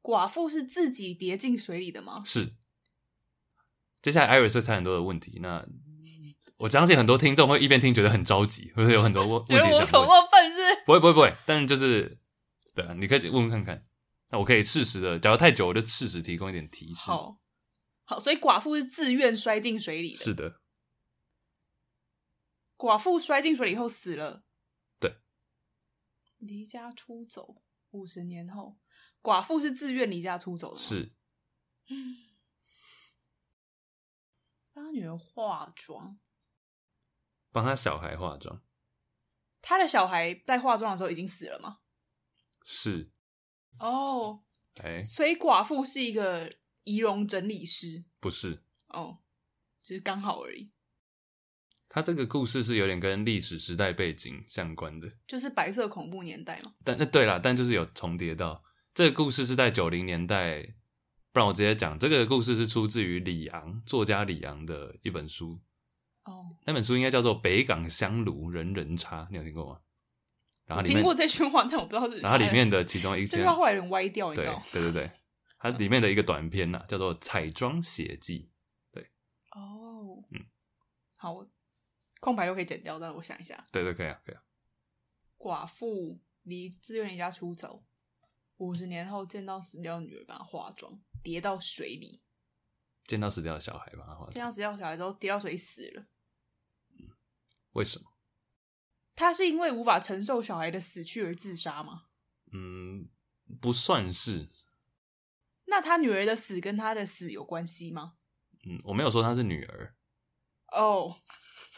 Speaker 2: 寡妇是自己跌进水里的吗？
Speaker 1: 是。接下来，Iris 会猜很多的问题。那我相信很多听众会一边听觉得很着急，或者有很多问问题
Speaker 2: 觉得
Speaker 1: 想
Speaker 2: 我
Speaker 1: 问。
Speaker 2: 手过分是？
Speaker 1: 不会不会不会，但就是对啊，你可以问问看看。那我可以适时的，假如太久，我就适时提供一点提示。
Speaker 2: 好好，所以寡妇是自愿摔进水里的。
Speaker 1: 是的，
Speaker 2: 寡妇摔进水里后死了。
Speaker 1: 对，
Speaker 2: 离家出走五十年后，寡妇是自愿离家出走的吗。
Speaker 1: 是
Speaker 2: 帮他女儿化妆，
Speaker 1: 帮他小孩化妆，
Speaker 2: 他的小孩在化妆的时候已经死了吗？
Speaker 1: 是
Speaker 2: 哦，
Speaker 1: 哎，
Speaker 2: 所以寡妇是一个仪容整理师。
Speaker 1: 不是。
Speaker 2: 哦，只是刚好而已。
Speaker 1: 他这个故事是有点跟历史时代背景相关的，
Speaker 2: 就是白色恐怖年代嘛，
Speaker 1: 但那对啦，但就是有重叠到这个故事是在九零年代，不然我直接讲，这个故事是出自于李昂作家李昂的一本书，
Speaker 2: 哦，
Speaker 1: 那本书应该叫做《北港香炉人人差》，你有听过吗？然后里面
Speaker 2: 听过这句话，但我不知道是
Speaker 1: 然后里面的其中一
Speaker 2: 这
Speaker 1: 篇
Speaker 2: 句话后来有点歪掉，你知
Speaker 1: 对
Speaker 2: 道吗？
Speaker 1: 对对对，它里面的一个短片呐、叫做《彩妆血记
Speaker 2: 哦，
Speaker 1: 嗯，
Speaker 2: 好，我空白都可以剪掉，但我想一下》。，
Speaker 1: 对对，可以啊，可以啊。
Speaker 2: 寡妇离自愿离家出走，五十年后见到死掉的女儿，把她化妆，跌到水里，
Speaker 1: 见到死掉的小孩吧，或者
Speaker 2: 见到死掉的小孩之后跌到水里死了。
Speaker 1: 为什么？
Speaker 2: 他是因为无法承受小孩的死去而自杀吗？
Speaker 1: 嗯，不算是，
Speaker 2: 那他女儿的死跟他的死有关系吗？
Speaker 1: 嗯，我没有说她是女儿，
Speaker 2: 哦，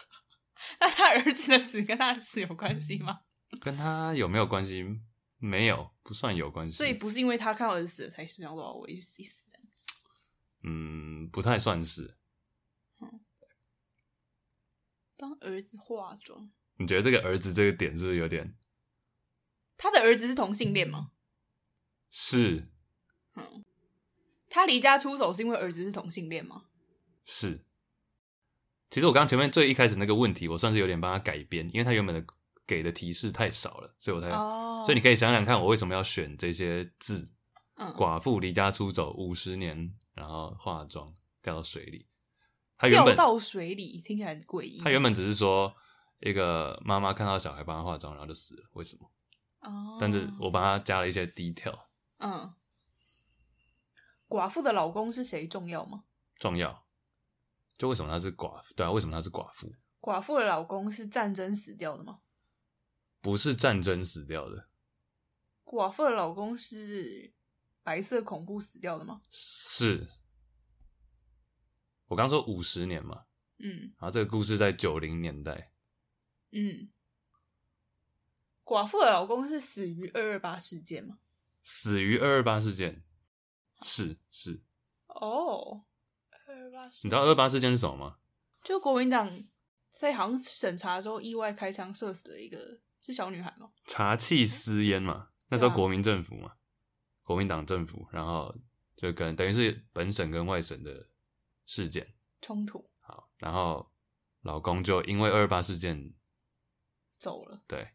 Speaker 2: 那他儿子的死跟他的死有关系吗？
Speaker 1: 跟她有没有关系？没有，不算有关系。
Speaker 2: 所以不是因为他看到儿子死了才想到我一起死的。
Speaker 1: 嗯，不太算是。
Speaker 2: 帮儿子化妆，
Speaker 1: 你觉得这个儿子这个点是不是有点
Speaker 2: 他的儿子是同性恋吗？
Speaker 1: 是嗯
Speaker 2: 他离家出走是因为儿子是同性恋吗？
Speaker 1: 是？其实我刚前面最一开始那个问题，我算是有点帮他改编，因为他原本的给的提示太少了，所以我才。
Speaker 2: 哦，
Speaker 1: 所以你
Speaker 2: 以
Speaker 1: 可以想想看，我为什么要选这些字？
Speaker 2: 嗯
Speaker 1: 寡妇离家出走五十年，然后化妆掉到水里。他原
Speaker 2: 掉
Speaker 1: 本
Speaker 2: 到水里听起来很诡异。
Speaker 1: 他原本只是说一个妈妈看到小孩帮他化妆，然后就死了，为什么？
Speaker 2: 哦，
Speaker 1: 但是我帮他加了一些低调，
Speaker 2: 嗯，寡妇的老公是谁重要吗？
Speaker 1: 重要。就为什么她是寡妇？对啊，为什么她是寡妇？
Speaker 2: 寡妇的老公是战争死掉的吗？
Speaker 1: 不是战争死掉的，
Speaker 2: 寡妇的老公是白色恐怖死掉的吗？
Speaker 1: 是。我刚说五十年嘛，
Speaker 2: 嗯
Speaker 1: 然后这个故事在九零年代，
Speaker 2: 嗯，寡妇的老公是死于二二八事件吗？
Speaker 1: 死于二二八事件，是是。
Speaker 2: 哦，
Speaker 1: 哎
Speaker 2: 二二八事
Speaker 1: 你知道二
Speaker 2: 件
Speaker 1: 二八事件是什么吗？
Speaker 2: 就国民党在好像审查的时候意外开枪射死了一个是小女孩吗？
Speaker 1: 茶气私烟嘛，那时候
Speaker 2: 嗯对啊
Speaker 1: 国民政府嘛，国民党政府，然后就跟等于是本省跟外省的事件，
Speaker 2: 冲突
Speaker 1: 好，然后老公就因为二二八事件，
Speaker 2: 走了，
Speaker 1: 对，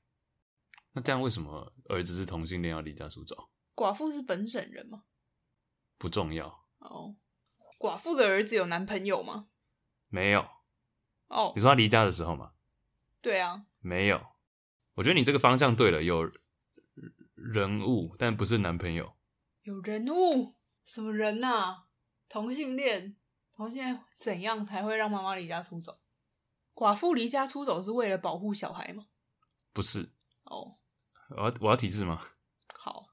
Speaker 1: 那这样为什么儿子是同性恋要离家出走？
Speaker 2: 寡妇是本省人吗？
Speaker 1: 不重要，
Speaker 2: 哦，寡妇的儿子有男朋友吗？
Speaker 1: 没有，
Speaker 2: 哦
Speaker 1: 你，说他离家的时候嘛，
Speaker 2: 对啊，
Speaker 1: 没有，我觉得你这个方向对了，有人物，但不是男朋友，
Speaker 2: 有人物，什么人呐、同性恋，同性恋怎样才会让妈妈离家出走？寡妇离家出走是为了保护小孩吗？
Speaker 1: 不是，
Speaker 2: 哦，
Speaker 1: 我要我要提示吗？
Speaker 2: 好，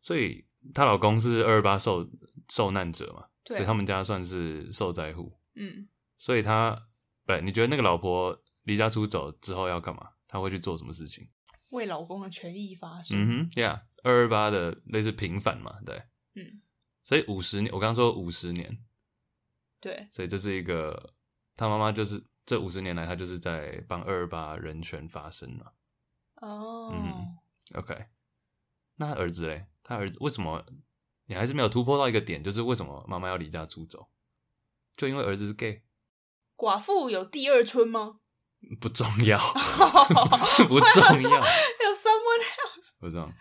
Speaker 1: 所以她老公是二二八受受难者嘛，
Speaker 2: 对啊
Speaker 1: 所以他们家算是受灾户。
Speaker 2: 嗯，
Speaker 1: 所以她，对，你觉得那个老婆离家出走之后要干嘛？她会去做什么事情？
Speaker 2: 为老公的权益发声。
Speaker 1: 嗯哼，Yeah，二二八的类似平反嘛，对，
Speaker 2: 嗯，
Speaker 1: 所以五十年，我刚刚说五十年，
Speaker 2: 对，
Speaker 1: 所以这是一个她妈妈就是这五十年来，她就是在帮二二八人权发声嘛。
Speaker 2: 哦，
Speaker 1: 嗯 OK，那她儿子嘞？她儿子为什么你还是没有突破到一个点？就是为什么妈妈要离家出走？就因为儿子是 gay，
Speaker 2: 寡妇有第二春吗？
Speaker 1: 不重 要，不
Speaker 2: 不
Speaker 1: 重要，
Speaker 2: 有 someone
Speaker 1: 不重要。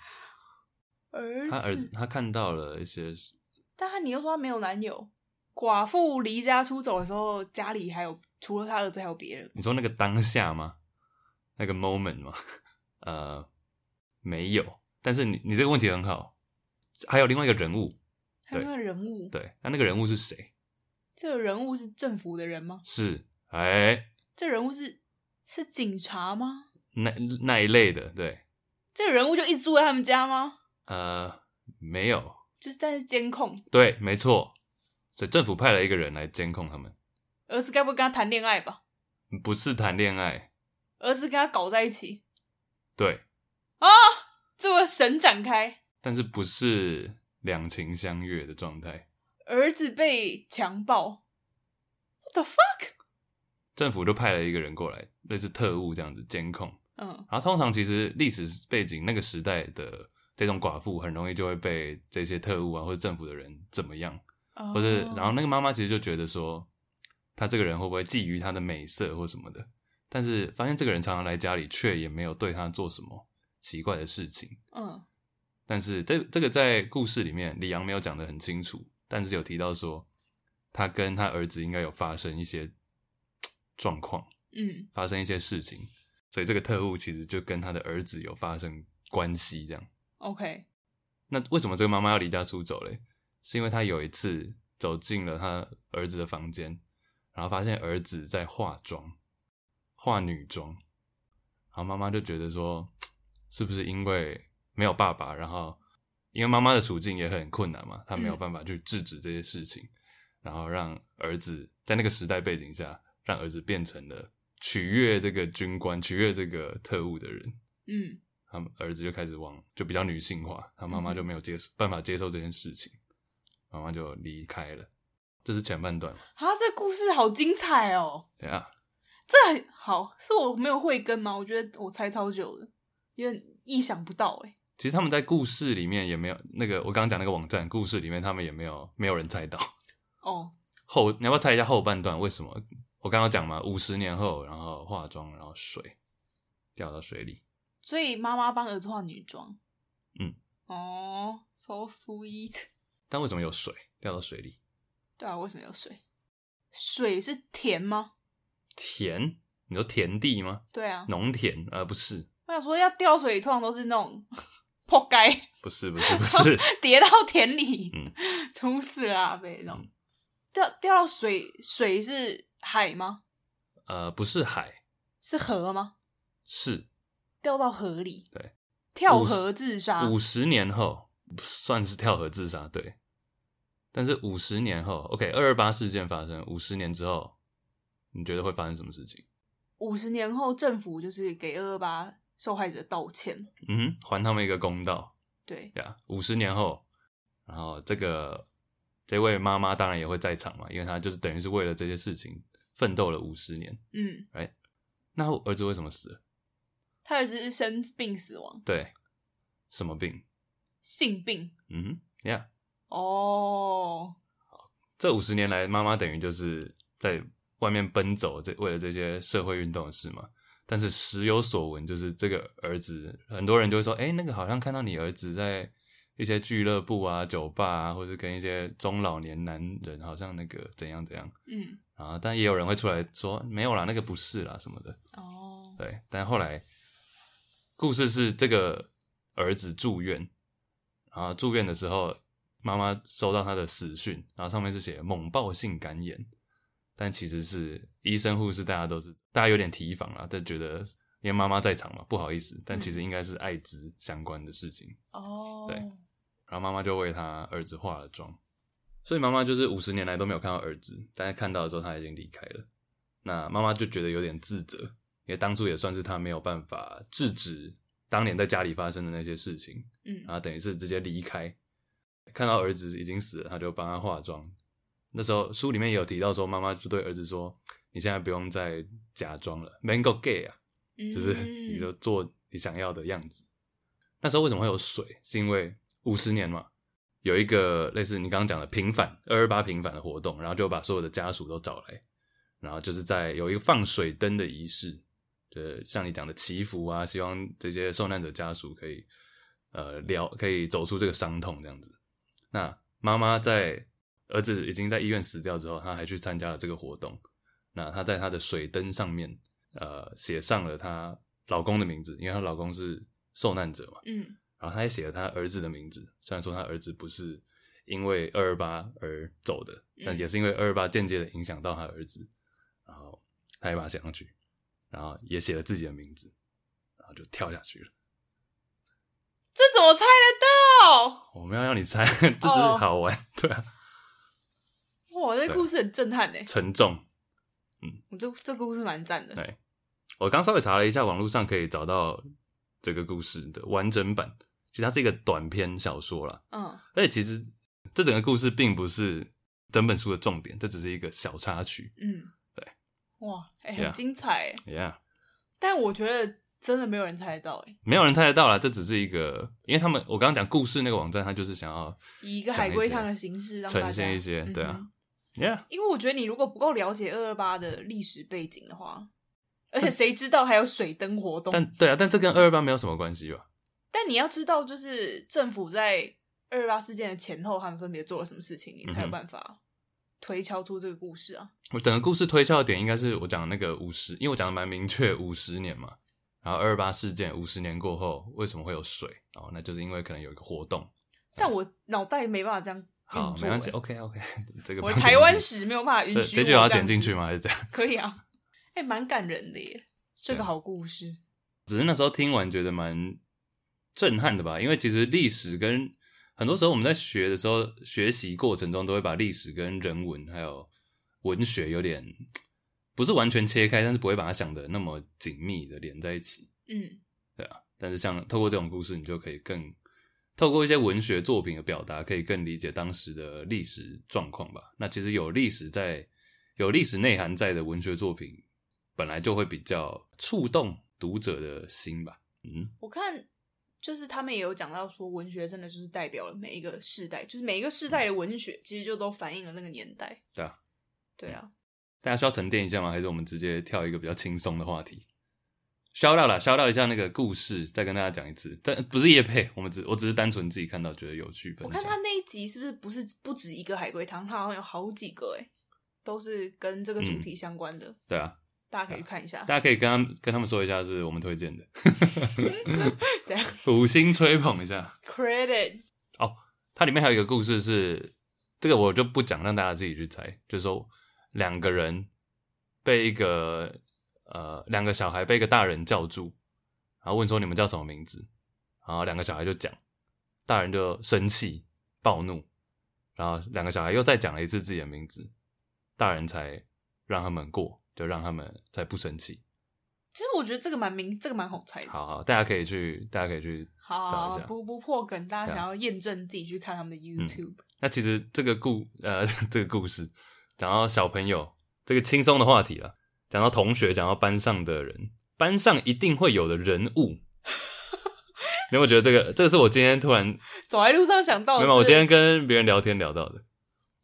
Speaker 2: 儿
Speaker 1: 他
Speaker 2: 子，
Speaker 1: 儿子他看到了一些事，
Speaker 2: 但你又说她没有男友。寡妇离家出走的时候，家里还有除了她儿子还有别人。
Speaker 1: 你说那个当下吗？那个 moment 吗？ 呃，没有。但是你你这个问题很好，还有另外一个人物，
Speaker 2: 还有
Speaker 1: 对
Speaker 2: 那个人物，
Speaker 1: 对，那那个人物是谁？
Speaker 2: 这个人物是政府的人吗？
Speaker 1: 是哎
Speaker 2: 这人物是是警察吗？
Speaker 1: 那那一类的，对，
Speaker 2: 这个人物就一直住在他们家吗？
Speaker 1: 呃，没有，
Speaker 2: 就是但是监控，
Speaker 1: 对，没错。所以政府派了一个人来监控他们，
Speaker 2: 儿子该不会跟他谈恋爱吧？
Speaker 1: 不是谈恋爱，
Speaker 2: 儿子跟他搞在一起，啊
Speaker 1: 对，
Speaker 2: 这个神展开，
Speaker 1: 但是不是两情相悦的状态。
Speaker 2: 儿子被强暴，what the fuck？
Speaker 1: 政府就派了一个人过来，类似特务这样子监控。
Speaker 2: 嗯，
Speaker 1: 然后通常其实历史背景那个时代的这种寡妇，很容易就会被这些特务啊或者政府的人怎么样，或者
Speaker 2: 哦
Speaker 1: 然后那个妈妈其实就觉得说，她这个人会不会觊觎她的美色或什么的？但是发现这个人常常来家里，却也没有对她做什么奇怪的事情。
Speaker 2: 嗯
Speaker 1: 但是这这个在故事里面，李阳没有讲得很清楚，但是有提到说，他跟他儿子应该有发生一些状况。
Speaker 2: 嗯，
Speaker 1: 发生一些事情，所以这个特务其实就跟他的儿子有发生关系。这样，
Speaker 2: ，OK，
Speaker 1: 那为什么这个妈妈要离家出走嘞？是因为她有一次走进了她儿子的房间，然后发现儿子在化妆，化女装，然然后妈妈就觉得说，是不是因为没有爸爸，然后因为妈妈的处境也很困难嘛，她没有
Speaker 2: 嗯
Speaker 1: 办法去制止这些事情，然后让儿子在那个时代背景下，让儿子变成了取悦这个军官、取悦这个特务的人。
Speaker 2: 嗯
Speaker 1: 他们儿子就开始往就比较女性化，他妈妈
Speaker 2: 嗯哼
Speaker 1: 就没有接受、办法接受这件事情，妈妈就离开了。这是前半段，
Speaker 2: 啊，这故事好精彩哦！
Speaker 1: 对啊，
Speaker 2: 这很好，是我没有慧根吗？我觉得我猜超久了，有点意想不到哎、
Speaker 1: 其实他们在故事里面也没有那个我刚刚讲那个网站故事里面，他们也没有没有人猜到
Speaker 2: 哦，
Speaker 1: 后，你要不要猜一下后半段为什么？我刚刚讲嘛，五十年后，然后化妆，然后水掉到水里，
Speaker 2: 所以妈妈帮儿子化女装。
Speaker 1: 嗯。
Speaker 2: 哦，so sweet。
Speaker 1: 但为什么有水掉到水里？
Speaker 2: 对啊，为什么有水？水是甜吗？
Speaker 1: 田，你说田地吗？
Speaker 2: 对啊。
Speaker 1: 农田？呃，不是，
Speaker 2: 我想说，要掉水里通常都是那种 破盖
Speaker 1: 不是，不是，不是，
Speaker 2: 跌到田里，
Speaker 1: 嗯
Speaker 2: 土死了啊被那种。掉掉到水水是海吗？
Speaker 1: 呃，不是海，
Speaker 2: 是河吗？
Speaker 1: 是
Speaker 2: 掉到河里，
Speaker 1: 对，
Speaker 2: 跳河自杀。
Speaker 1: 五十年后算是跳河自杀，对。但是五十年后，OK，二二八事件发生，五十年之后，你觉得会发生什么事情？
Speaker 2: 五十年后，政府就是给二二八受害者道歉。
Speaker 1: 嗯哼，还他们一个公道，
Speaker 2: 对，
Speaker 1: 对啊。五十年后，然后这个这位妈妈当然也会在场嘛，因为她就是等于是为了这些事情奋斗了五十年。
Speaker 2: 嗯，
Speaker 1: 那我儿子为什么死了？
Speaker 2: 他儿子是生病死亡，
Speaker 1: 对，什么病？
Speaker 2: 性病。
Speaker 1: 嗯哼，Yeah，
Speaker 2: 哦，
Speaker 1: 这五十年来，妈妈等于就是在外面奔走，这为了这些社会运动的事嘛。但是时有所闻，就是这个儿子，很多人就会说，哎，那个好像看到你儿子在一些俱乐部啊、酒吧啊，或者跟一些中老年男人，好像那个怎样怎样
Speaker 2: 嗯，
Speaker 1: 啊。但也有人会出来说，没有啦，那个不是啦什么的。
Speaker 2: 哦，
Speaker 1: 对，但后来故事是这个儿子住院，然后住院的时候，妈妈收到他的死讯，然后上面是写猛暴性肝炎，但其实是医生护士大家都是大家有点提防啦，但觉得因为妈妈在场嘛，不好意思，但其实应该是艾滋相关的事情，
Speaker 2: 哦，
Speaker 1: 对然后妈妈就为他儿子化了妆，所以妈妈就是五十年来都没有看到儿子，但是看到的时候他已经离开了。那妈妈就觉得有点自责，因为当初也算是她没有办法制止当年在家里发生的那些事情，
Speaker 2: 嗯
Speaker 1: 然，后等于是直接离开，看到儿子已经死了，她就帮他化妆。那时候书里面也有提到说，妈妈就对儿子说：“你现在不用再假装了，mango gay 啊，就是
Speaker 2: 嗯
Speaker 1: 你就做你想要的样子。那时候为什么会有水？是因为五十年嘛，有一个类似你刚刚讲的平反二二八平反的活动，然后就把所有的家属都找来，然后就是在有一个放水灯的仪式，就是像你讲的祈福啊，希望这些受难者家属可以呃疗，可以走出这个伤痛这样子。那妈妈在儿子已经在医院死掉之后，她还去参加了这个活动。那她在她的水灯上面，呃，写上了她老公的名字，因为她老公是受难者嘛。
Speaker 2: 嗯
Speaker 1: 然后她也写了她儿子的名字，虽然说她儿子不是因为二二八而走的，但
Speaker 2: 嗯
Speaker 1: 也是因为二二八间接的影响到她儿子。然后她也把它写上去，然后也写了自己的名字，然后就跳下去了。
Speaker 2: 这怎么猜得到？
Speaker 1: 我们要让你猜， 这只是好玩对啊，
Speaker 2: 哇，这
Speaker 1: 对啊
Speaker 2: 故事很震撼哎！
Speaker 1: 沉重。
Speaker 2: 我这这故事蛮赞的。
Speaker 1: 对我刚稍微查了一下，网络上可以找到这个故事的完整版。其实它是一个短篇小说啦，
Speaker 2: 嗯
Speaker 1: 而且其实这整个故事并不是整本书的重点，这只是一个小插曲。
Speaker 2: 嗯，
Speaker 1: 对。啊
Speaker 2: 哇，哎，
Speaker 1: Yeah
Speaker 2: 很精彩哎！
Speaker 1: Yeah，
Speaker 2: 但我觉得真的没有人猜得到哎。
Speaker 1: 没有人猜得到啦，这只是一个，因为他们我刚刚讲故事那个网站，它就是想要
Speaker 2: 以一个海龟汤的形式让大家
Speaker 1: 呈现一些，对啊、
Speaker 2: 嗯哼
Speaker 1: y e a h
Speaker 2: 因为我觉得你如果不够了解二二八的历史背景的话，而且谁知道还有水灯活动？
Speaker 1: 但对啊，但这跟二二八没有什么关系吧？
Speaker 2: 但你要知道，就是政府在二二八事件的前后，他们分别做了什么事情，你才
Speaker 1: 嗯哼
Speaker 2: 有办法推敲出这个故事啊。
Speaker 1: 我整个故事推敲的点应该是我讲的那个五十，因为我讲的蛮明确，五十年嘛。然后二二八事件五十年过后，为什么会有水？然后那就是因为可能有一个活动。
Speaker 2: 但我脑袋没办法这样
Speaker 1: 好，
Speaker 2: 运作
Speaker 1: 没关系哦
Speaker 2: 欸
Speaker 1: ，OK OK，这 个
Speaker 2: 我
Speaker 1: 不用
Speaker 2: 台湾
Speaker 1: 紧
Speaker 2: 史没有办法
Speaker 1: 张
Speaker 2: 允
Speaker 1: 这
Speaker 2: 许
Speaker 1: 这
Speaker 2: 我
Speaker 1: 句有要
Speaker 2: 这样
Speaker 1: 剪进
Speaker 2: 子
Speaker 1: 去吗？还是这样？
Speaker 2: 可以啊，哎、蛮感人的耶，这
Speaker 1: 对
Speaker 2: 个好故事。
Speaker 1: 只是那时候听完觉得蛮震撼的吧，因为其实历史跟很多时候我们在学的时候，学习过程中都会把历史跟人文还有文学有点不是完全切开，但是不会把它想的那么紧密的连在一起。
Speaker 2: 嗯，
Speaker 1: 但是像透过这种故事，你就可以更透过一些文学作品的表达，可以更理解当时的历史状况吧。那其实有历史在、有历史内涵在的文学作品，本来就会比较触动读者的心吧。嗯，
Speaker 2: 我看就是他们也有讲到说，文学真的就是代表了每一个世代，就是每一个世代的文学其实就都反映了那个年代。
Speaker 1: 对啊，
Speaker 2: 对啊，
Speaker 1: 大家需要沉淀一下吗？还是我们直接跳一个比较轻松的话题？消掉啦，消掉一下那个故事，再跟大家讲一次。但不是叶配，我们只我只是单纯自己看到觉得有趣。分
Speaker 2: 我看
Speaker 1: 享
Speaker 2: 他那一集是不是不是不止一个海龟汤，他好像有好几个哎、都是跟这个主题相关的，
Speaker 1: 对啊，
Speaker 2: 大家可以去看一下。
Speaker 1: 大家可以跟他们跟他们说一下，是我们推荐的。
Speaker 2: 这样
Speaker 1: 五星吹捧一下。
Speaker 2: credit
Speaker 1: 它里面还有一个故事是，这个我就不讲，让大家自己去猜。就是说，两个人被一个呃两个小孩被一个大人叫住，然后问说你们叫什么名字，然后两个小孩就讲，大人就生气暴怒，然后两个小孩又再讲了一次自己的名字，大人才让他们过，就让他们才不生气。
Speaker 2: 其实我觉得这个蛮明，这个蛮好猜的。
Speaker 1: 好好，大家可以去，大家可以去找
Speaker 2: 好
Speaker 1: 一，下。
Speaker 2: 不不破梗，大家想要验证自己去看他们的 YouTube。
Speaker 1: 那其实这个故呃 这个故事讲到小朋友这个轻松的话题了，讲到同学，讲到班上的人，班上一定会有的人物。 你有没有觉得这个？这个是我今天突然
Speaker 2: 走在路上想到
Speaker 1: 没
Speaker 2: 的哦是，
Speaker 1: 有，我今天跟别人聊天聊到的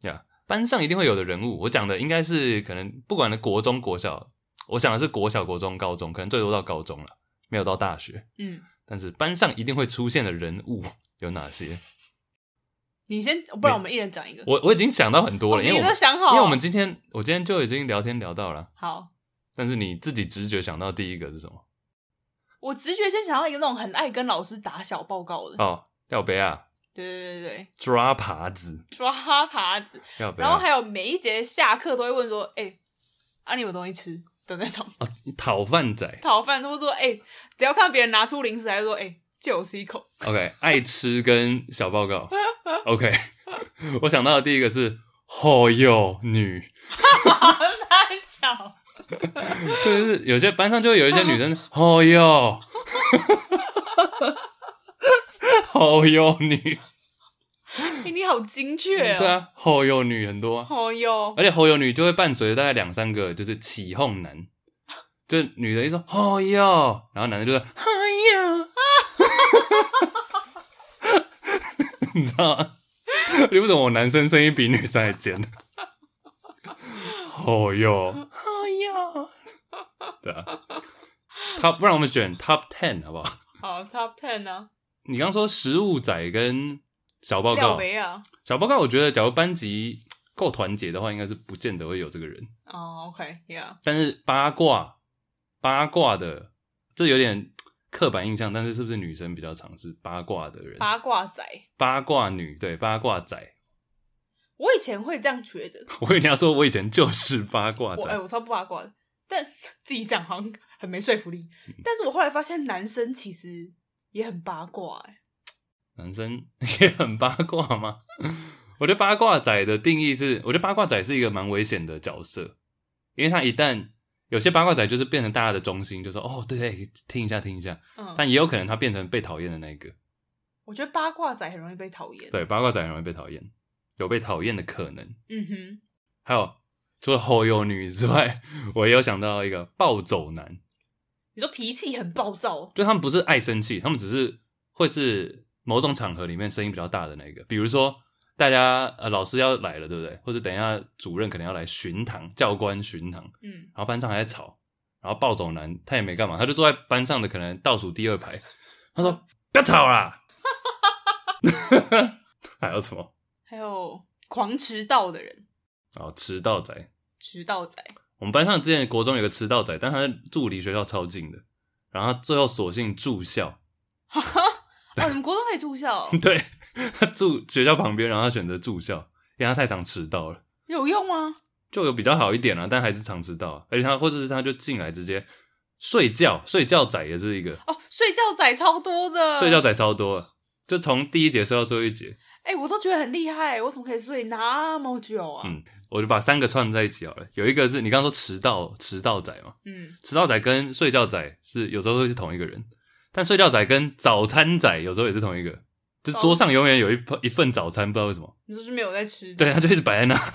Speaker 1: 呀。班上一定会有的人物，我讲的应该是可能不管的国中、国小，我想的是国小、国中、高中，可能最多到高中了，没有到大学。
Speaker 2: 嗯，
Speaker 1: 但是班上一定会出现的人物 有哪些？
Speaker 2: 你先，不然我们一人讲一个。
Speaker 1: 我我已经想到很多
Speaker 2: 哦
Speaker 1: 了，因为
Speaker 2: 你
Speaker 1: 我们
Speaker 2: 都想好了，
Speaker 1: 因为我们今天我今天就已经聊天聊到了，
Speaker 2: 好，
Speaker 1: 但是你自己直觉想到第一个是什么？
Speaker 2: 我直觉先想到一个那种很爱跟老师打小报告的，
Speaker 1: 哦，廖杯啊，
Speaker 2: 对对对对
Speaker 1: 抓耙子，
Speaker 2: 对，抓耙子。
Speaker 1: 廖杯、啊，
Speaker 2: 然后还有每一节下课都会问说：“哎、啊，你有东西吃？”的那种
Speaker 1: 哦讨饭仔
Speaker 2: 讨饭，或者说：“哎、只要看到别人拿出零食，还是说：‘哎、借我吃一口。
Speaker 1: ，OK，爱吃跟小报 告，OK，我想到的第一个是后幼女，’
Speaker 2: 太小，
Speaker 1: 就是有些班上就会有一些女 生后幼，后幼女，
Speaker 2: 哎、你好精确哦。
Speaker 1: 对，啊，后幼女很多啊，
Speaker 2: 哦哟，
Speaker 1: 而且吼友女就会伴随着大概两三个就是起哄男，就是女的一说吼哟，然后男的就说哎吼哟，啊 你知道吗？你为什么我男生声音比女生还尖？吼哟，
Speaker 2: 哦哟，
Speaker 1: 对啊。他不然我们选 top ten 好不好？
Speaker 2: 好 Top Ten 啊，
Speaker 1: 你刚说食物仔跟小报
Speaker 2: 廖
Speaker 1: 告，
Speaker 2: 维啊，
Speaker 1: 小报告，我觉得假如班级够团结的话，应该是不见得会有这个人。
Speaker 2: 哦，OK，Yeah，
Speaker 1: 但是八卦八卦的，这有点刻板印象，但是是不是女生比较常是八卦的人？
Speaker 2: 八卦仔，
Speaker 1: 八卦女对八卦仔，
Speaker 2: 我以前会这样觉得，
Speaker 1: 我跟你要说，我以前就是八卦
Speaker 2: 我哎、
Speaker 1: 仔，
Speaker 2: 我超不八卦的，但 自己讲好像很没说服力。
Speaker 1: 嗯
Speaker 2: 但是我后来发现，男生其实也很八卦、哎，
Speaker 1: 男生也很八卦吗？ 我觉得八卦仔的定义是，我觉得八卦仔是一个蛮危险的角色，因为他一旦有些八卦仔就是变成大家的中心，就说哦对对，听一下听一下，
Speaker 2: 嗯，
Speaker 1: 但也有可能他变成被讨厌的那一个。
Speaker 2: 我觉得八卦仔很容易被讨厌。
Speaker 1: 对，八卦仔很容易被讨厌，有被讨厌的可能。
Speaker 2: 嗯哼，
Speaker 1: 还有除了后幼女之外，我也有想到一个暴走男，
Speaker 2: 你说脾气很暴躁，
Speaker 1: 就他们不是爱生气，他们只是会是某种场合里面声音比较大的那一个，比如说大家呃老师要来了，对不对？或者等一下主任可能要来巡堂，教官巡堂，
Speaker 2: 嗯，
Speaker 1: 然后班上还在吵，然后暴走男他也没干嘛，他就坐在班上的可能倒数第二排，他说不要吵啦， 还有什么？
Speaker 2: 还有狂迟到的人，
Speaker 1: 哦，迟到仔，
Speaker 2: 迟到仔，
Speaker 1: 我们班上之前国中有个迟到仔，但他住离学校超近的，然后他最后索性住校，
Speaker 2: 哦，你们国中可以住校哦，
Speaker 1: 对他住学校旁边，然后他选择住校，因为他太常迟到了，
Speaker 2: 有用吗？
Speaker 1: 就有比较好一点了、但还是常迟到啊、而且他或者是他就进来直接睡觉，睡觉仔也是一个，
Speaker 2: 哦，睡觉仔超多的，
Speaker 1: 睡觉仔超多了，就从第一节睡到最后一节，
Speaker 2: 哎、我都觉得很厉害，我怎么可以睡那么久啊？
Speaker 1: 嗯我就把三个串在一起好了。有一个是你刚刚说迟到，迟到仔嘛，
Speaker 2: 嗯
Speaker 1: 迟到仔跟睡觉仔是有时候会是同一个人，但睡觉仔跟早餐仔有时候也是同一个，就是桌上永远有一盆一份早餐，不知道为什么，
Speaker 2: 你说是没有在吃？
Speaker 1: 对，他就一直摆在那，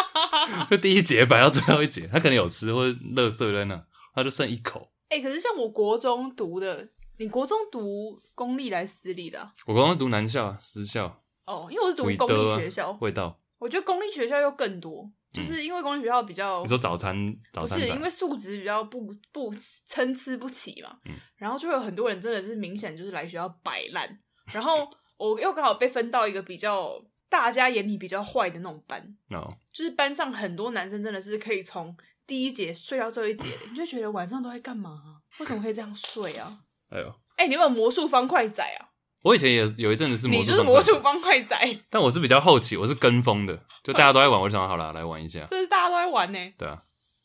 Speaker 1: 就第一节摆到最后一节，他可能有吃或者垃圾在那，他就剩一口。
Speaker 2: 哎、可是像我国中读的，你国中读公立还是私立的啊、
Speaker 1: 我刚刚读男校、啊，私校，
Speaker 2: 哦，因为我是读
Speaker 1: 韦
Speaker 2: 公
Speaker 1: 德
Speaker 2: 立
Speaker 1: 啊
Speaker 2: 学校，
Speaker 1: 味道。
Speaker 2: 我觉得公立学校又更多，就是因为公立学校比较
Speaker 1: 你说早餐，早
Speaker 2: 不
Speaker 1: 餐
Speaker 2: 是因为
Speaker 1: 仔，
Speaker 2: 素质比较不不参差不齐嘛，
Speaker 1: 嗯
Speaker 2: 然后就会有很多人真的是明显就是来学校摆烂，然后我又刚好被分到一个比较大家眼里比较坏的那种班，
Speaker 1: 哦，
Speaker 2: 就是班上很多男生真的是可以从第一节睡到最后一节的，你就觉得晚上都在干嘛啊、为什么可以这样睡啊？
Speaker 1: 哎呦，
Speaker 2: 哎、你有没有魔术方块仔啊？
Speaker 1: 我以前也有一阵子是魔
Speaker 2: 你
Speaker 1: 术，
Speaker 2: 就是魔术，方块仔，
Speaker 1: 但我是比较好奇，我是跟风的，就大家都在玩，我就想好了来玩一下，
Speaker 2: 这是大家都在玩呢、
Speaker 1: 对啊。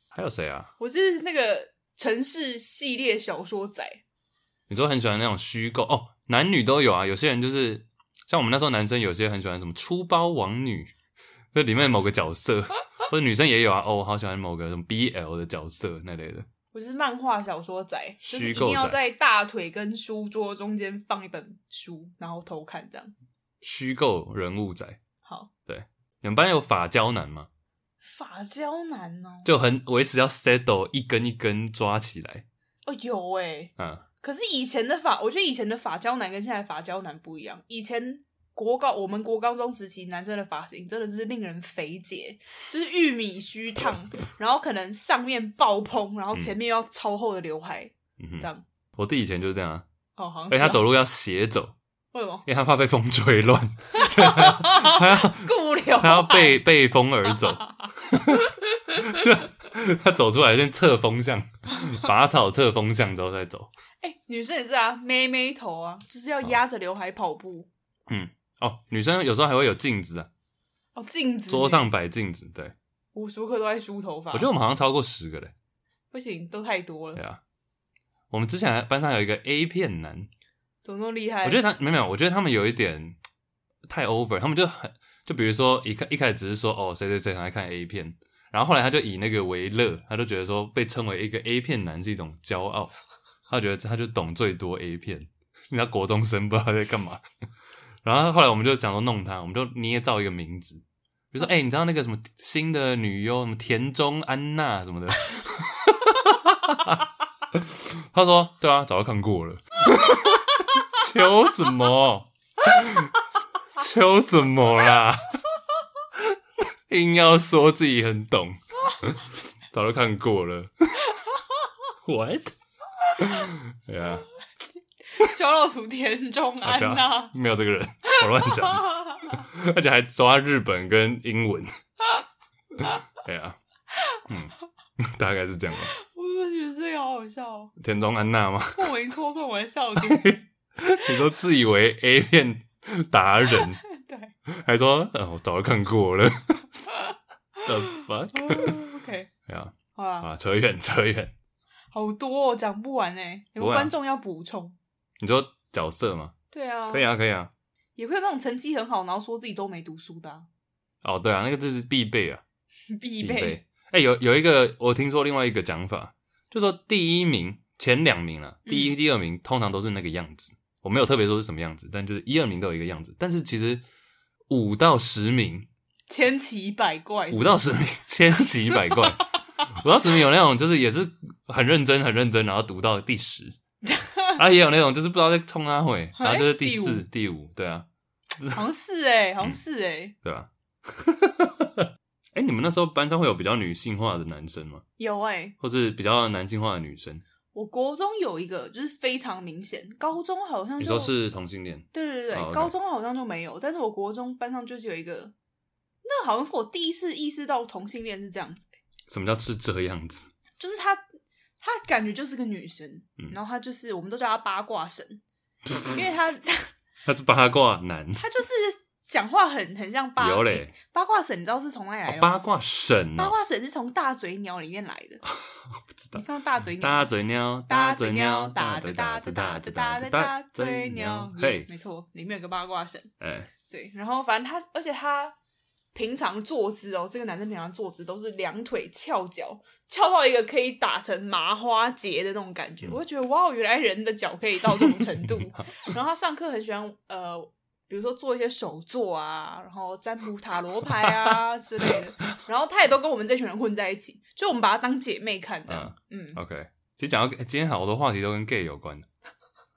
Speaker 1: 还有谁啊？
Speaker 2: 我是那个城市系列小说仔，
Speaker 1: 你说很喜欢那种虚构哦，男女都有啊。有些人就是像我们那时候男生，有些很喜欢什么出包王女，就里面某个角色，或者女生也有啊。哦，我好喜欢某个什么 BL 的角色那类的。
Speaker 2: 我就是漫画小说仔，就是
Speaker 1: 虚
Speaker 2: 一
Speaker 1: 构
Speaker 2: 定要
Speaker 1: 仔
Speaker 2: 在大腿跟书桌中间放一本书，然后偷看这样。
Speaker 1: 虚构人物仔，
Speaker 2: 好，
Speaker 1: 你们班有法胶男吗？
Speaker 2: 发胶男哦，
Speaker 1: 就很维持要 settle 一根一根抓起来，
Speaker 2: 哦有哎、
Speaker 1: 嗯，
Speaker 2: 可是以前的发，我觉得以前的发胶男跟现在的发胶男不一样。以前国高，我们国高中时期男生的发型真的是令人肥解，就是玉米须烫，然后可能上面爆蓬，然后前面要超厚的刘海，
Speaker 1: 嗯
Speaker 2: 这
Speaker 1: 哼，
Speaker 2: 样。
Speaker 1: 我弟以前就是这样啊，
Speaker 2: 哦，好像
Speaker 1: 而且
Speaker 2: 是、
Speaker 1: 他走，路要斜走，
Speaker 2: 为什么？
Speaker 1: 因为他怕被风吹乱， 他要
Speaker 2: 顾刘
Speaker 1: 他要
Speaker 2: 海
Speaker 1: 背背风而走，他走出来先侧风向，拔草侧风向之后再走。
Speaker 2: 哎、女生也是啊，妹妹头啊，就是要压着刘海跑步。
Speaker 1: 哦，女生有时候还会有镜子啊，
Speaker 2: 哦，镜子
Speaker 1: 桌上摆镜子，对
Speaker 2: 无时无刻都在梳头发。
Speaker 1: 我觉得我们好像超过十个嘞，
Speaker 2: 不行，都太多
Speaker 1: 对
Speaker 2: 了，
Speaker 1: 啊。我们之前还班上有一个 A 片男，
Speaker 2: 怎么那么厉害？
Speaker 1: 我觉得他没有没有，我觉得他们有一点太 over，他们就很就比如说一开一开始只是说哦谁谁谁很爱看 A 片，然后后来他就以那个为乐，他就觉得说被称为一个 A 片男是一种骄傲，他觉得他就懂最多 A 片，你知道国中生不 知道在干嘛。然后后来我们就想说弄他，我们就捏造一个名字，比如说哎、你知道那个什么新的女优什么田中安娜什么的， 他说对啊，早就看过了。求什么？求什么啦？硬要说自己很懂，早就看过了。What？对啊，
Speaker 2: 小老鼠田中安啊
Speaker 1: 不
Speaker 2: 呐、
Speaker 1: 要，没有这个人，我乱讲，而且还抓日本跟英文。对啊，嗯，大概是这样吧。
Speaker 2: 我就觉得这个好好笑哦，
Speaker 1: 田中安娜吗？
Speaker 2: 莫名戳中我的笑点。
Speaker 1: 你都自以为 A 片达人，
Speaker 2: 对、
Speaker 1: 还说，呃，我早就看过了。The fuck？
Speaker 2: 哦、，OK，
Speaker 1: 对啊，
Speaker 2: 好啦，
Speaker 1: 啊，扯远扯远。
Speaker 2: 好多哦，讲不完哎，有
Speaker 1: 不会
Speaker 2: 没有
Speaker 1: 啊
Speaker 2: 观众要补充？
Speaker 1: 你说角色吗？
Speaker 2: 对啊，
Speaker 1: 可以啊，可以啊。
Speaker 2: 也会有那种成绩很好，然后说自己都没读书的啊、
Speaker 1: 哦，对啊，那个这是必备啊，
Speaker 2: 必
Speaker 1: 必
Speaker 2: 备。。
Speaker 1: 哎、有有一个我听说另外一个讲法，就说第一名、前两名了，第一、第二名通常都是那个样子。我没有特别说是什么样子，但就是一二名都有一个样子。但是其实五到十名
Speaker 2: 千奇百怪，
Speaker 1: 五到十名 千奇百怪，五到十名有那种就是也是很认真很认真，然后读到第 十，啊也有那种就是不知道在冲他回，然后就是第四、
Speaker 2: 哎
Speaker 1: 第五，对啊，
Speaker 2: 好像是哎、好
Speaker 1: 嗯
Speaker 2: 像是哎、
Speaker 1: 对吧、哎、你们那时候班上会有比较女性化的男生吗？
Speaker 2: 有哎、
Speaker 1: 或是比较男性化的女生？
Speaker 2: 我国中有一个就是非常明显，高中好像就
Speaker 1: 你说是同性恋？
Speaker 2: 对对对对
Speaker 1: 哦，OK
Speaker 2: 高中好像就没有，但是我国中班上就是有一个，那好像是我第一次意识到同性恋是这样子，
Speaker 1: 什么叫是这样子？
Speaker 2: 就是她她感觉就是个女生，
Speaker 1: 嗯
Speaker 2: 然后她就 是我们都叫她八卦神，因为她她
Speaker 1: 他是八卦男，
Speaker 2: 她就是讲话很很像八
Speaker 1: 有嘞，
Speaker 2: 八卦神，你知道是从哪里来的
Speaker 1: 哦
Speaker 2: 吗、
Speaker 1: 八卦神
Speaker 2: 八
Speaker 1: 哦，
Speaker 2: 卦神是从大嘴鸟里面来的。
Speaker 1: 不知
Speaker 2: 你
Speaker 1: 道。
Speaker 2: 看到大嘴鸟
Speaker 1: 嗯大
Speaker 2: 吗？
Speaker 1: 嘴鸟，
Speaker 2: 大
Speaker 1: 嘴
Speaker 2: 嘴鸟
Speaker 1: 鸟，
Speaker 2: 打着打着打着打着大嘴鸟，耶
Speaker 1: 嘿，
Speaker 2: 没错，里面有个八卦神。
Speaker 1: 哎，
Speaker 2: 对，然后反正他，而且他平常坐姿哦，这个男生平常坐姿都是两腿翘脚，翘到一个可以打成麻花结的那种感觉。
Speaker 1: 嗯
Speaker 2: 我就觉得哇，原来人的脚可以到这种程 度。然后他上课很喜欢呃，比如说做一些手作啊，然后占卜塔罗牌啊之类的。然后他也都跟我们这群人混在一起，就我们把他当姐妹看这样。嗯，
Speaker 1: OK，其实讲到今天好多话题都跟 gay 有关的。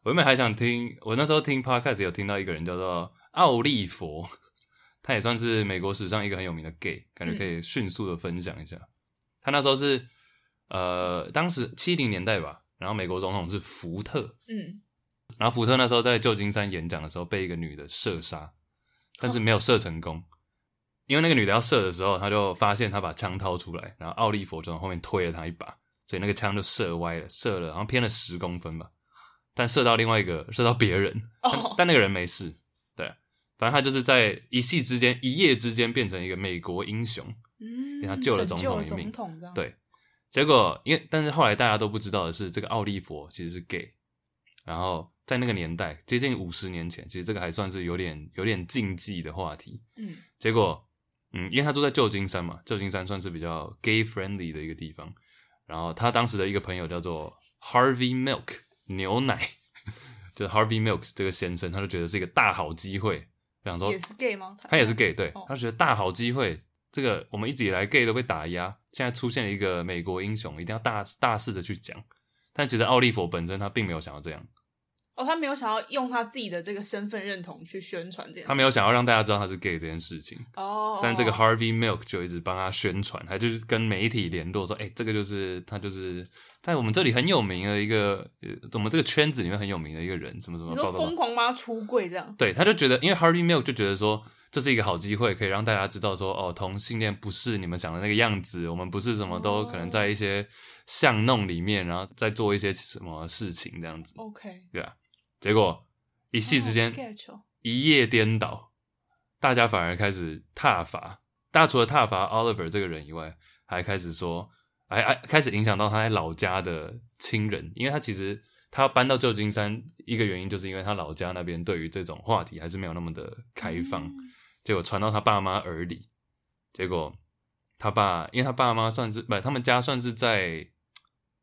Speaker 1: 我原本还想听，我那时候听 podcast 有听到一个人叫做奥利佛， 他也算是美国史上一个很有名的 gay，感觉可以迅速的分享一下。他那时候是呃，当时七零年代吧，然后美国总统是福特，
Speaker 2: 嗯，
Speaker 1: 然后福特那时候在旧金山演讲的时候被一个女的射杀，但是没有射成功，因为那个女的要射的时候，他就发现他把枪掏出来，然后奥利佛就从后面推了他一把，所以那个枪就射歪了，射了好像偏了十公分吧，但射到另外一个，射到别人，
Speaker 2: 哦
Speaker 1: 但那个人没事，对，啊反正他就是在一夕之间，一夜之间变成一个美国英雄。
Speaker 2: 嗯，
Speaker 1: 他救了
Speaker 2: 拯
Speaker 1: 总
Speaker 2: 救
Speaker 1: 统
Speaker 2: 了
Speaker 1: 一
Speaker 2: 总
Speaker 1: 命
Speaker 2: 统这样。
Speaker 1: 对，结果因为但是后来大家都不知道的是，这个奥利佛其实是 gay，然后在那个年代，接近五十年前，其实这个还算是有点有点禁忌的话题。
Speaker 2: 嗯
Speaker 1: 结果，嗯，因为他住在旧金山嘛，旧金山算是比较 gay friendly 的一个地方。然后他当时的一个朋友叫做 Harvey Milk 牛奶， 就是 Harvey Milk 这个先生，他就觉得是一个大好机会，想说
Speaker 2: 也是 gay 吗？
Speaker 1: 他也是 gay，对
Speaker 2: 哦，
Speaker 1: 他觉得大好机会，这个我们一直以来 gay 都被打压，现在出现了一个美国英雄，一定要大大肆的去讲。但其实奥利佛本身他并没有想要这样，
Speaker 2: 哦，他没有想要用他自己的这个身份认同去宣传这件事，
Speaker 1: 他没有想要让大家知道他是 gay 这件事情。
Speaker 2: 哦，
Speaker 1: 但这个
Speaker 2: 哦
Speaker 1: Harvey Milk 就一直帮他宣传，他就是跟媒体联络说，哎、这个就是他就是在我们这里很有名的一个，呃我们这个圈子里面很有名的一个人，什么什么，
Speaker 2: 你
Speaker 1: 报
Speaker 2: 说
Speaker 1: 道。
Speaker 2: 疯狂妈出柜这样，
Speaker 1: 对，他就觉得，因为 Harvey Milk 就觉得说，这是一个好机会，可以让大家知道说，哦，同性恋不是你们想的那个样子，我们不是什么都
Speaker 2: 哦
Speaker 1: 可能在一些巷弄里面，然后再做一些什么事情这样子，
Speaker 2: ，OK，
Speaker 1: 对啊。结果一夕之间
Speaker 2: 哦，sketch 哦
Speaker 1: 一夜颠倒，大家反而开始挞伐，大家除了挞伐 Oliver 这个人以外，还开始说，还还开始影响到他在老家的亲人，因为他其实他搬到旧金山一个原因，就是因为他老家那边对于这种话题还是没有那么的开放，
Speaker 2: 嗯
Speaker 1: 结果传到他爸妈耳里，结果他爸，因为他爸妈算是不，他们家算是在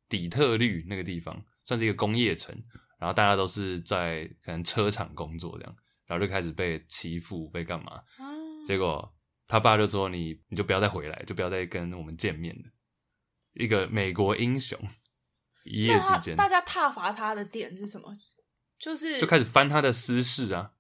Speaker 1: 底特律那个地方，算是一个工业城，然后大家都是在可能车厂工作这样，然后就开始被欺负，被干嘛？
Speaker 2: 啊
Speaker 1: 结果他爸就说你你就不要再回来，就不要再跟我们见面了。一个美国英雄，一夜
Speaker 2: 那他
Speaker 1: 之间
Speaker 2: 大家挞伐他的点是什么？就是
Speaker 1: 就开始翻他的私事啊，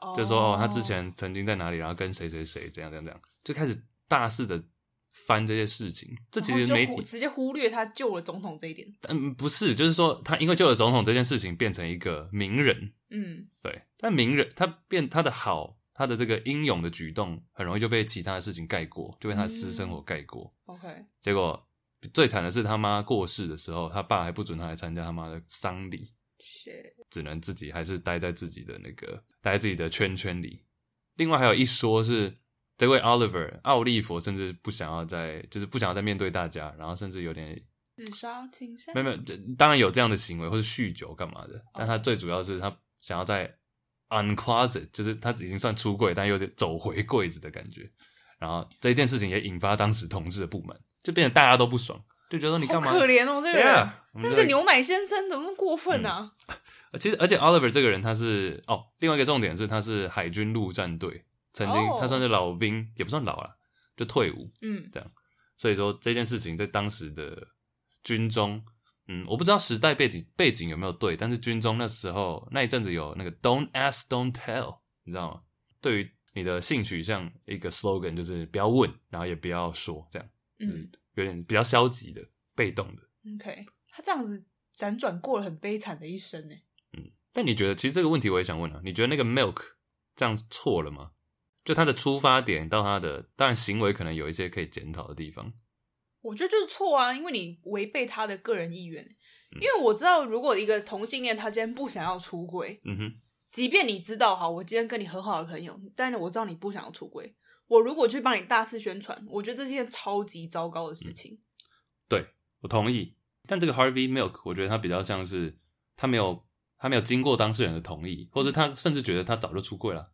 Speaker 2: 哦
Speaker 1: 就说哦，他之前曾经在哪里，然后跟谁谁谁怎样怎样怎样，就开始大肆的翻这些事情。这其
Speaker 2: 然后
Speaker 1: 实
Speaker 2: 就
Speaker 1: 媒
Speaker 2: 忽
Speaker 1: 体，
Speaker 2: 直接忽略他救了总统这一点，
Speaker 1: 嗯，不是，就是说他因为救了总统这件事情变成一个名人，
Speaker 2: 嗯，
Speaker 1: 对，但名人他变他的好，他的这个英勇的举动，很容易就被其他的事情盖过，就被他的私生
Speaker 2: 嗯
Speaker 1: 活盖过。
Speaker 2: OK，
Speaker 1: 结果最惨的是他妈过世的时候，他爸还不准他来参加他妈的丧礼，
Speaker 2: 是
Speaker 1: 只能自己还是待在自己的那个待在自己的圈圈里。另外还有一说是，这位 Oliver 奥利佛甚至不想要再，就是不想要再面对大家，然后甚至有点
Speaker 2: 自杀倾向，
Speaker 1: 没有没有，这当然有这样的行为，或是酗酒干嘛的，但他最主要是他想要在 uncloset，就是他已经算出柜，但有点走回柜子的感觉。然后这件事情也引发当时同志的不满，就变成大家都不爽，就觉得说你
Speaker 2: 好
Speaker 1: 干嘛？
Speaker 2: 可怜哦，这个
Speaker 1: Yeah，
Speaker 2: 人。
Speaker 1: 我们这
Speaker 2: 那个牛奶先生怎么那么过分啊？
Speaker 1: 其实，而且 Oliver 这个人他是哦，另外一个重点是他是海军陆战队，曾经、
Speaker 2: 哦
Speaker 1: 他算是老兵，也不算老了，就退伍。
Speaker 2: 嗯，
Speaker 1: 所以说这件事情在当时的军中，嗯，我不知道时代背景背景有没有对，但是军中那时候那一阵子有那个 “Don't ask, don't tell”，你知道吗？对于你的性取向，一个 slogan 就是不要问，然后也不要说，这样，
Speaker 2: 嗯
Speaker 1: 有点比较消极的、被动的。
Speaker 2: ，OK，他这样子辗转过了很悲惨的一生欸呢。
Speaker 1: 但你觉得，其实这个问题我也想问啊，你觉得那个 milk 这样错了吗？就他的出发点到他的，当然行为可能有一些可以检讨的地方。
Speaker 2: 我觉得就是错啊，因为你违背他的个人意愿。欸
Speaker 1: 嗯
Speaker 2: 因为我知道，如果一个同性恋他今天不想要出轨，
Speaker 1: 嗯哼，
Speaker 2: 即便你知道哈，我今天跟你很好的朋友，但是我知道你不想要出轨，我如果去帮你大肆宣传，我觉得这是件超级糟糕的
Speaker 1: 嗯
Speaker 2: 事情。
Speaker 1: 我同意。但这个 Harvey Milk，我觉得他比较像是他没有他没有经过当事人的同意，或者他甚至觉得他早就出柜了，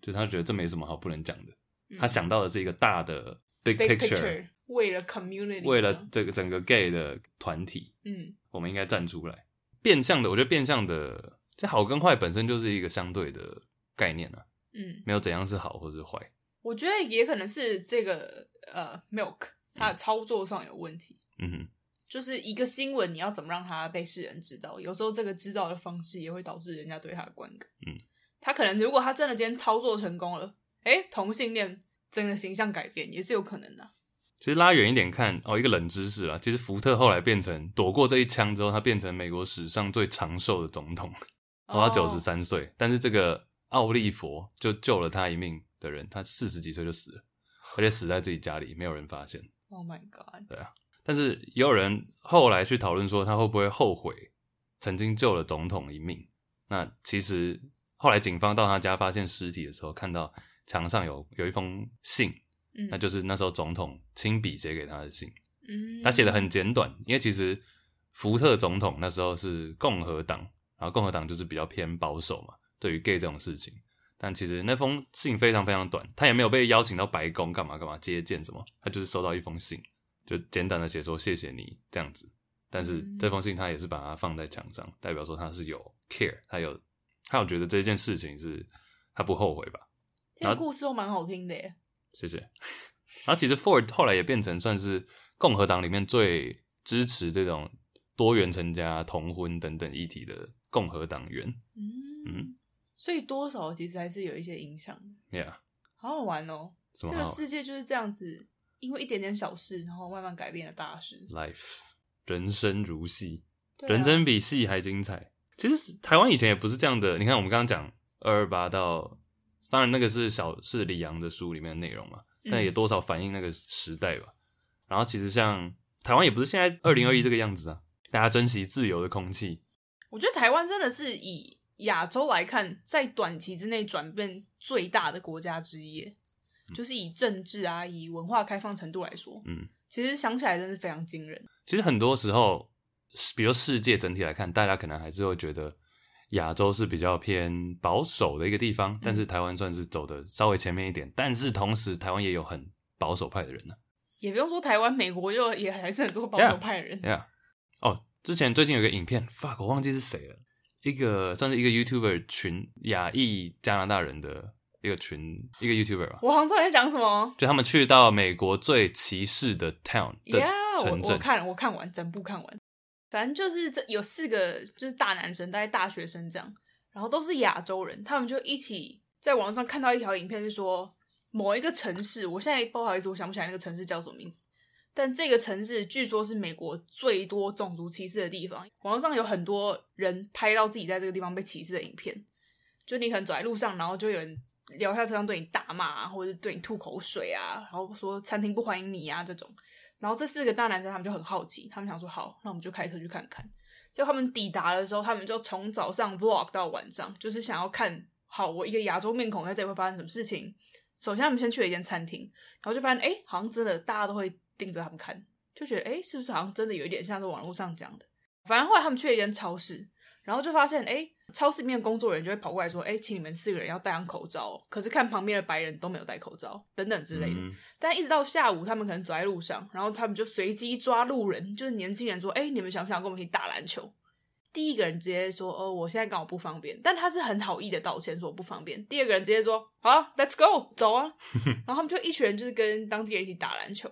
Speaker 1: 就是他觉得这没什么好不能讲的。
Speaker 2: 嗯
Speaker 1: 他想到的是一个大的 big
Speaker 2: big picture 为了 community，
Speaker 1: 为
Speaker 2: 这
Speaker 1: 了
Speaker 2: 样
Speaker 1: 这个整个 gay 的团体，
Speaker 2: 嗯
Speaker 1: 我们应该站出来。变相的，我觉得变相的，这好跟坏本身就是一个相对的概念啊，
Speaker 2: 嗯，
Speaker 1: 没有怎样是好或是坏。
Speaker 2: 我觉得也可能是这个呃 milk 它的操作上有问题。
Speaker 1: 嗯哼，
Speaker 2: 就是一个新闻，你要怎么让它被世人知道？有时候这个知道的方式也会导致人家对他的观感。
Speaker 1: 嗯，
Speaker 2: 他可能如果他真的今天操作成功了，诶，同性恋真的形象改变也是有可能的啊、
Speaker 1: 其实拉远一点看，哦，一个冷知识啦，其实福特后来变成躲过这一枪之后，他变成美国史上最长寿的总统，活到九十三岁。但是这个奥利佛就救了他一命的人，他四十几岁就死了，而且死在自己家里，没有人发现。
Speaker 2: Oh my god！
Speaker 1: 但是也有人后来去讨论说，他会不会后悔曾经救了总统一命？那其实后来警方到他家发现尸体的时候，看到墙上有有一封信，
Speaker 2: 嗯，
Speaker 1: 那就是那时候总统亲笔写给他的信。
Speaker 2: 嗯，
Speaker 1: 他写的很简短，因为其实福特总统那时候是共和党，然后共和党就是比较偏保守嘛，对于 gay 这种事情。但其实那封信非常非常短，他也没有被邀请到白宫干嘛干嘛接见什么，他就是收到一封信，就简单的写说谢谢你这样子。但是
Speaker 2: 嗯
Speaker 1: 这封信他也是把它放在墙上，代表说他是有 care，他有他有觉得这件事情是他不后悔吧。
Speaker 2: 这个故事都蛮好听的耶。
Speaker 1: 谢谢。然后其实 Ford 后来也变成算是共和党里面最支持这种多元成家、同婚等等议题的共和党员。
Speaker 2: 嗯
Speaker 1: 嗯
Speaker 2: 所以多少其实还是有一些影响的，
Speaker 1: Yeah，
Speaker 2: 好好玩哦。
Speaker 1: 什
Speaker 2: 这
Speaker 1: 么
Speaker 2: 个
Speaker 1: 好
Speaker 2: 世界就是这样子，因为一点点小事，然后慢慢改变了大事。
Speaker 1: life，人生如戏，
Speaker 2: 对啊
Speaker 1: 人生比戏还精彩。其实台湾以前也不是这样的。你看我们刚刚讲二二八到，当然那个是小是李阳的书里面的内容嘛，但也
Speaker 2: 嗯
Speaker 1: 多少反映那个时代吧。然后其实像台湾也不是现在二零二一这个样子啊，大家珍惜自由的空气，
Speaker 2: 我觉得台湾真的是以亚洲来看，在短期之内转变最大的国家之一耶，就是以政治啊、以文化开放程度来说，
Speaker 1: 嗯。
Speaker 2: 其实想起来真是非常惊人。
Speaker 1: 其实很多时候，是比如世界整体来看，大家可能还是会觉得亚洲是比较偏保守的一个地方，
Speaker 2: 嗯
Speaker 1: 但是台湾算是走的稍微前面一点，但是同时台湾也有很保守派的人呢、
Speaker 2: 也不用说台湾、美国就也还是很多保守派的人
Speaker 1: Yeah，哦，之前最近有个影片，fuck，我忘记是谁了，一个算是一个 YouTuber 群，亚裔加拿大人的一个群，一个 YouTuber 吧。
Speaker 2: 我好像知道你在讲什么。哦
Speaker 1: 就他们去到美国最歧视的 town 的
Speaker 2: Yeah，
Speaker 1: 城
Speaker 2: 啊我我
Speaker 1: 镇，
Speaker 2: 看我看完整部看完，反正就是这有四个就是大男生，大概大学生这样，然后都是亚洲人，他们就一起在网上看到一条影片，是说某一个城市，我现在不好意思，我想不起来那个城市叫什么名字，但这个城市据说是美国最多种族歧视的地方，网络上有很多人拍到自己在这个地方被歧视的影片，就你可能走在路上，然后就有人聊下车上对你大骂啊，或者对你吐口水啊，然后说餐厅不欢迎你啊这种。然后这四个大男生他们就很好奇，他们想说好，那我们就开车去看看。就他们抵达的时候，他们就从早上 vlog 到晚上，就是想要看好我一个亚洲面孔在这里会发生什么事情。首先，他们先去了一间餐厅，然后就发现，哎，好像真的大家都会盯着他们看，就觉得，哎，是不是好像真的有一点像是网络上讲的？反正后来他们去了一间超市，然后就发现，哎，超市里面的工作人员就会跑过来说，哎，请你们四个人要戴上口罩哦。可是看旁边的白人都没有戴口罩，等等之类的。
Speaker 1: 嗯
Speaker 2: 但一直到下午，他们可能走在路上，然后他们就随机抓路人，就是年轻人说：“哎、你们想不想跟我们一起打篮球？”第一个人直接说：“哦，我现在刚好不方便。”但他是很好意的道歉说我不方便。第二个人直接说：“好啊，Let's go，走啊！”然后他们就一群人就是跟当地人一起打篮球，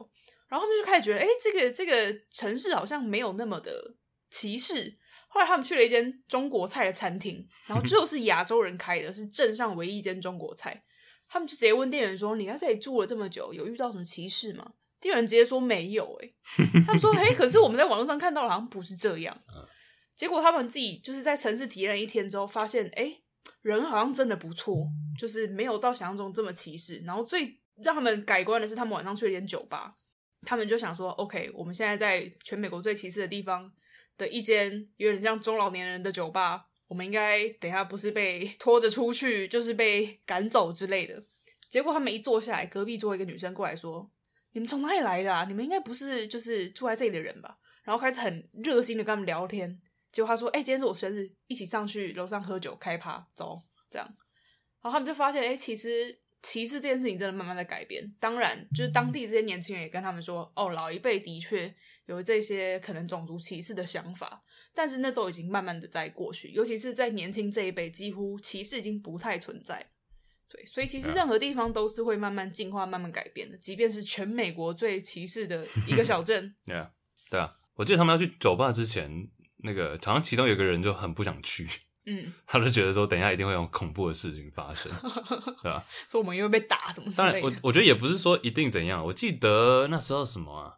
Speaker 2: 然后他们就开始觉得：“哎、这个这个城市好像没有那么的歧视。”后来他们去了一间中国菜的餐厅，然后就是亚洲人开的，是镇上唯一一间中国菜。他们就直接问店员说：“你在这里住了这么久，有遇到什么歧视吗？”店员直接说：“没有。”哎，他们说：“嘿，可是我们在网络上看到的好像不是这样。”结果他们自己就是在城市体验一天之后，发现哎、诶人好像真的不错，就是没有到想象中这么歧视。然后最让他们改观的是，他们晚上去了一间酒吧，他们就想说：“OK，我们现在在全美国最歧视的地方的一间有点像中老年人的酒吧，我们应该等一下不是被拖着出去，就是被赶走之类的。结果他们一坐下来，隔壁桌一个女生过来说：“你们从哪里来的、啊？你们应该不是就是住在这里的人吧？”然后开始很热心的跟他们聊天。结果他说：“哎、今天是我生日，一起上去楼上喝酒开趴，走。”这样，然后他们就发现，哎、其实歧视这件事情真的慢慢在改变。当然，就是当地这些年轻人也跟他们说：“哦，老一辈的确有这些可能种族歧视的想法。”但是那都已经慢慢的在过去，尤其是在年轻这一辈，几乎歧视已经不太存在。对，所以其实
Speaker 1: 对啊
Speaker 2: 任何地方都是会慢慢进化、慢慢改变的，即便是全美国最歧视的一个 小镇，
Speaker 1: Yeah，对啊，我记得他们要去酒吧之前，那个好像其中有个人就很不想去，
Speaker 2: 嗯，
Speaker 1: 他就觉得说等一下一定会有恐怖的事情发生，对吧、
Speaker 2: 说我们因为被打什么之
Speaker 1: 当然
Speaker 2: 类，
Speaker 1: 我
Speaker 2: 的。
Speaker 1: 我觉得也不是说一定怎样。我记得那时候什么啊，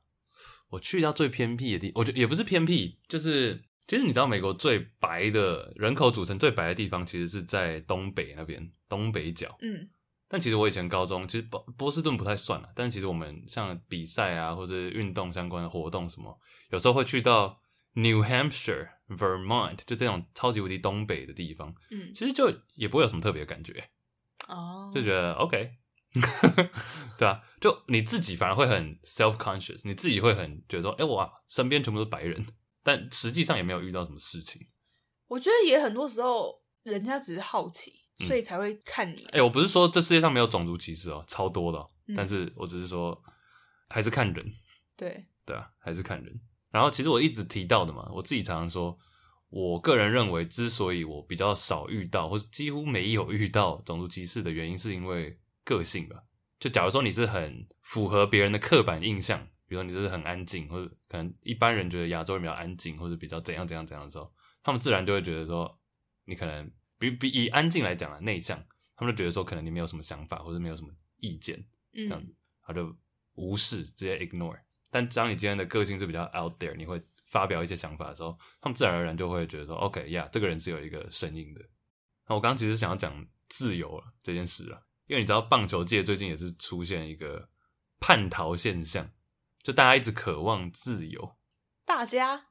Speaker 1: 我去到最偏僻的地，我觉得也不是偏僻，就是其实你知道美国最白的人口组成最白的地方，其实是在东北那边东北角。
Speaker 2: 嗯
Speaker 1: 但其实我以前高中其实波波士顿不太算了，但其实我们像比赛啊或者运动相关的活动什么，有时候会去到 New Hampshire、Vermont 就这种超级无敌东北的地方，
Speaker 2: 嗯，
Speaker 1: 其实就也不会有什么特别的感觉。
Speaker 2: 哦，
Speaker 1: 就觉得 OK，对啊，就你自己反而会很 self conscious，你自己会很觉得说，哎、哇，身边全部都是白人，但实际上也没有遇到什么事情。
Speaker 2: 我觉得也很多时候人家只是好奇，
Speaker 1: 嗯
Speaker 2: 所以才会看你。
Speaker 1: 哎、我不是说这世界上没有种族歧视哦，超多的、哦，
Speaker 2: 嗯
Speaker 1: 但是我只是说还是看人，
Speaker 2: 对，
Speaker 1: 对啊，还是看人。然后其实我一直提到的嘛，我自己常常说，我个人认为，之所以我比较少遇到，或是几乎没有遇到种族歧视的原因，是因为个性吧。就假如说你是很符合别人的刻板印象，比如说你就是很安静，或者可能一般人觉得亚洲人比较安静，或者比较怎样怎样怎样的时候，他们自然就会觉得说，你可能比比以安静来讲啊，内向，他们就觉得说，可能你没有什么想法，或者没有什么意见，这样
Speaker 2: 嗯
Speaker 1: 子，他就无视，直接 ignore。但当你今天的个性是比较 out there，你会发表一些想法的时候，他们自然而然就会觉得说，OK，yeah，、这个人是有一个声音的。那我刚刚其实想要讲自由了这件事了，因为你知道棒球界最近也是出现一个叛逃现象，就大家一直渴望自由，
Speaker 2: 大家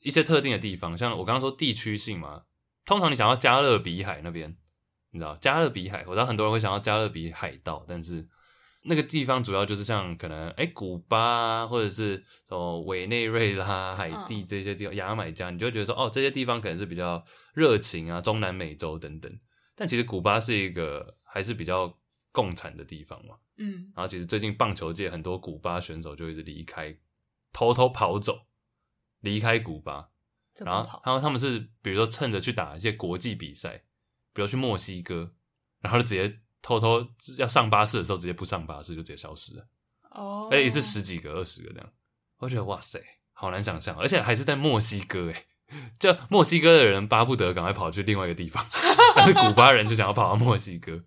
Speaker 1: 一些特定的地方，像我刚刚说地区性嘛，通常你想要加勒比海那边，你知道加勒比海，我知道很多人会想要加勒比海盗，但是那个地方主要就是像可能哎、诶古巴啊，或者是什么委内瑞拉、啊海地这些地方，牙买加，你就会觉得说哦，这些地方可能是比较热情啊，中南美洲等等。但其实古巴是一个还是比较共产的地方嘛，
Speaker 2: 嗯，
Speaker 1: 然后其实最近棒球界很多古巴选手就一直离开，偷偷跑走，离开古巴。
Speaker 2: 怎
Speaker 1: 然
Speaker 2: 么
Speaker 1: 后
Speaker 2: 跑？
Speaker 1: 他们他们是比如说趁着去打一些国际比赛，比如去墨西哥，然后就直接偷偷要上巴士的时候直接不上巴士就直接消失了，哎
Speaker 2: 哦，
Speaker 1: 而且一次十几个、二十个这样，我觉得哇塞，好难想象，而且还是在墨西哥诶。就墨西哥的人巴不得赶快跑去另外一个地方， 但是古巴人就想要跑到墨西哥，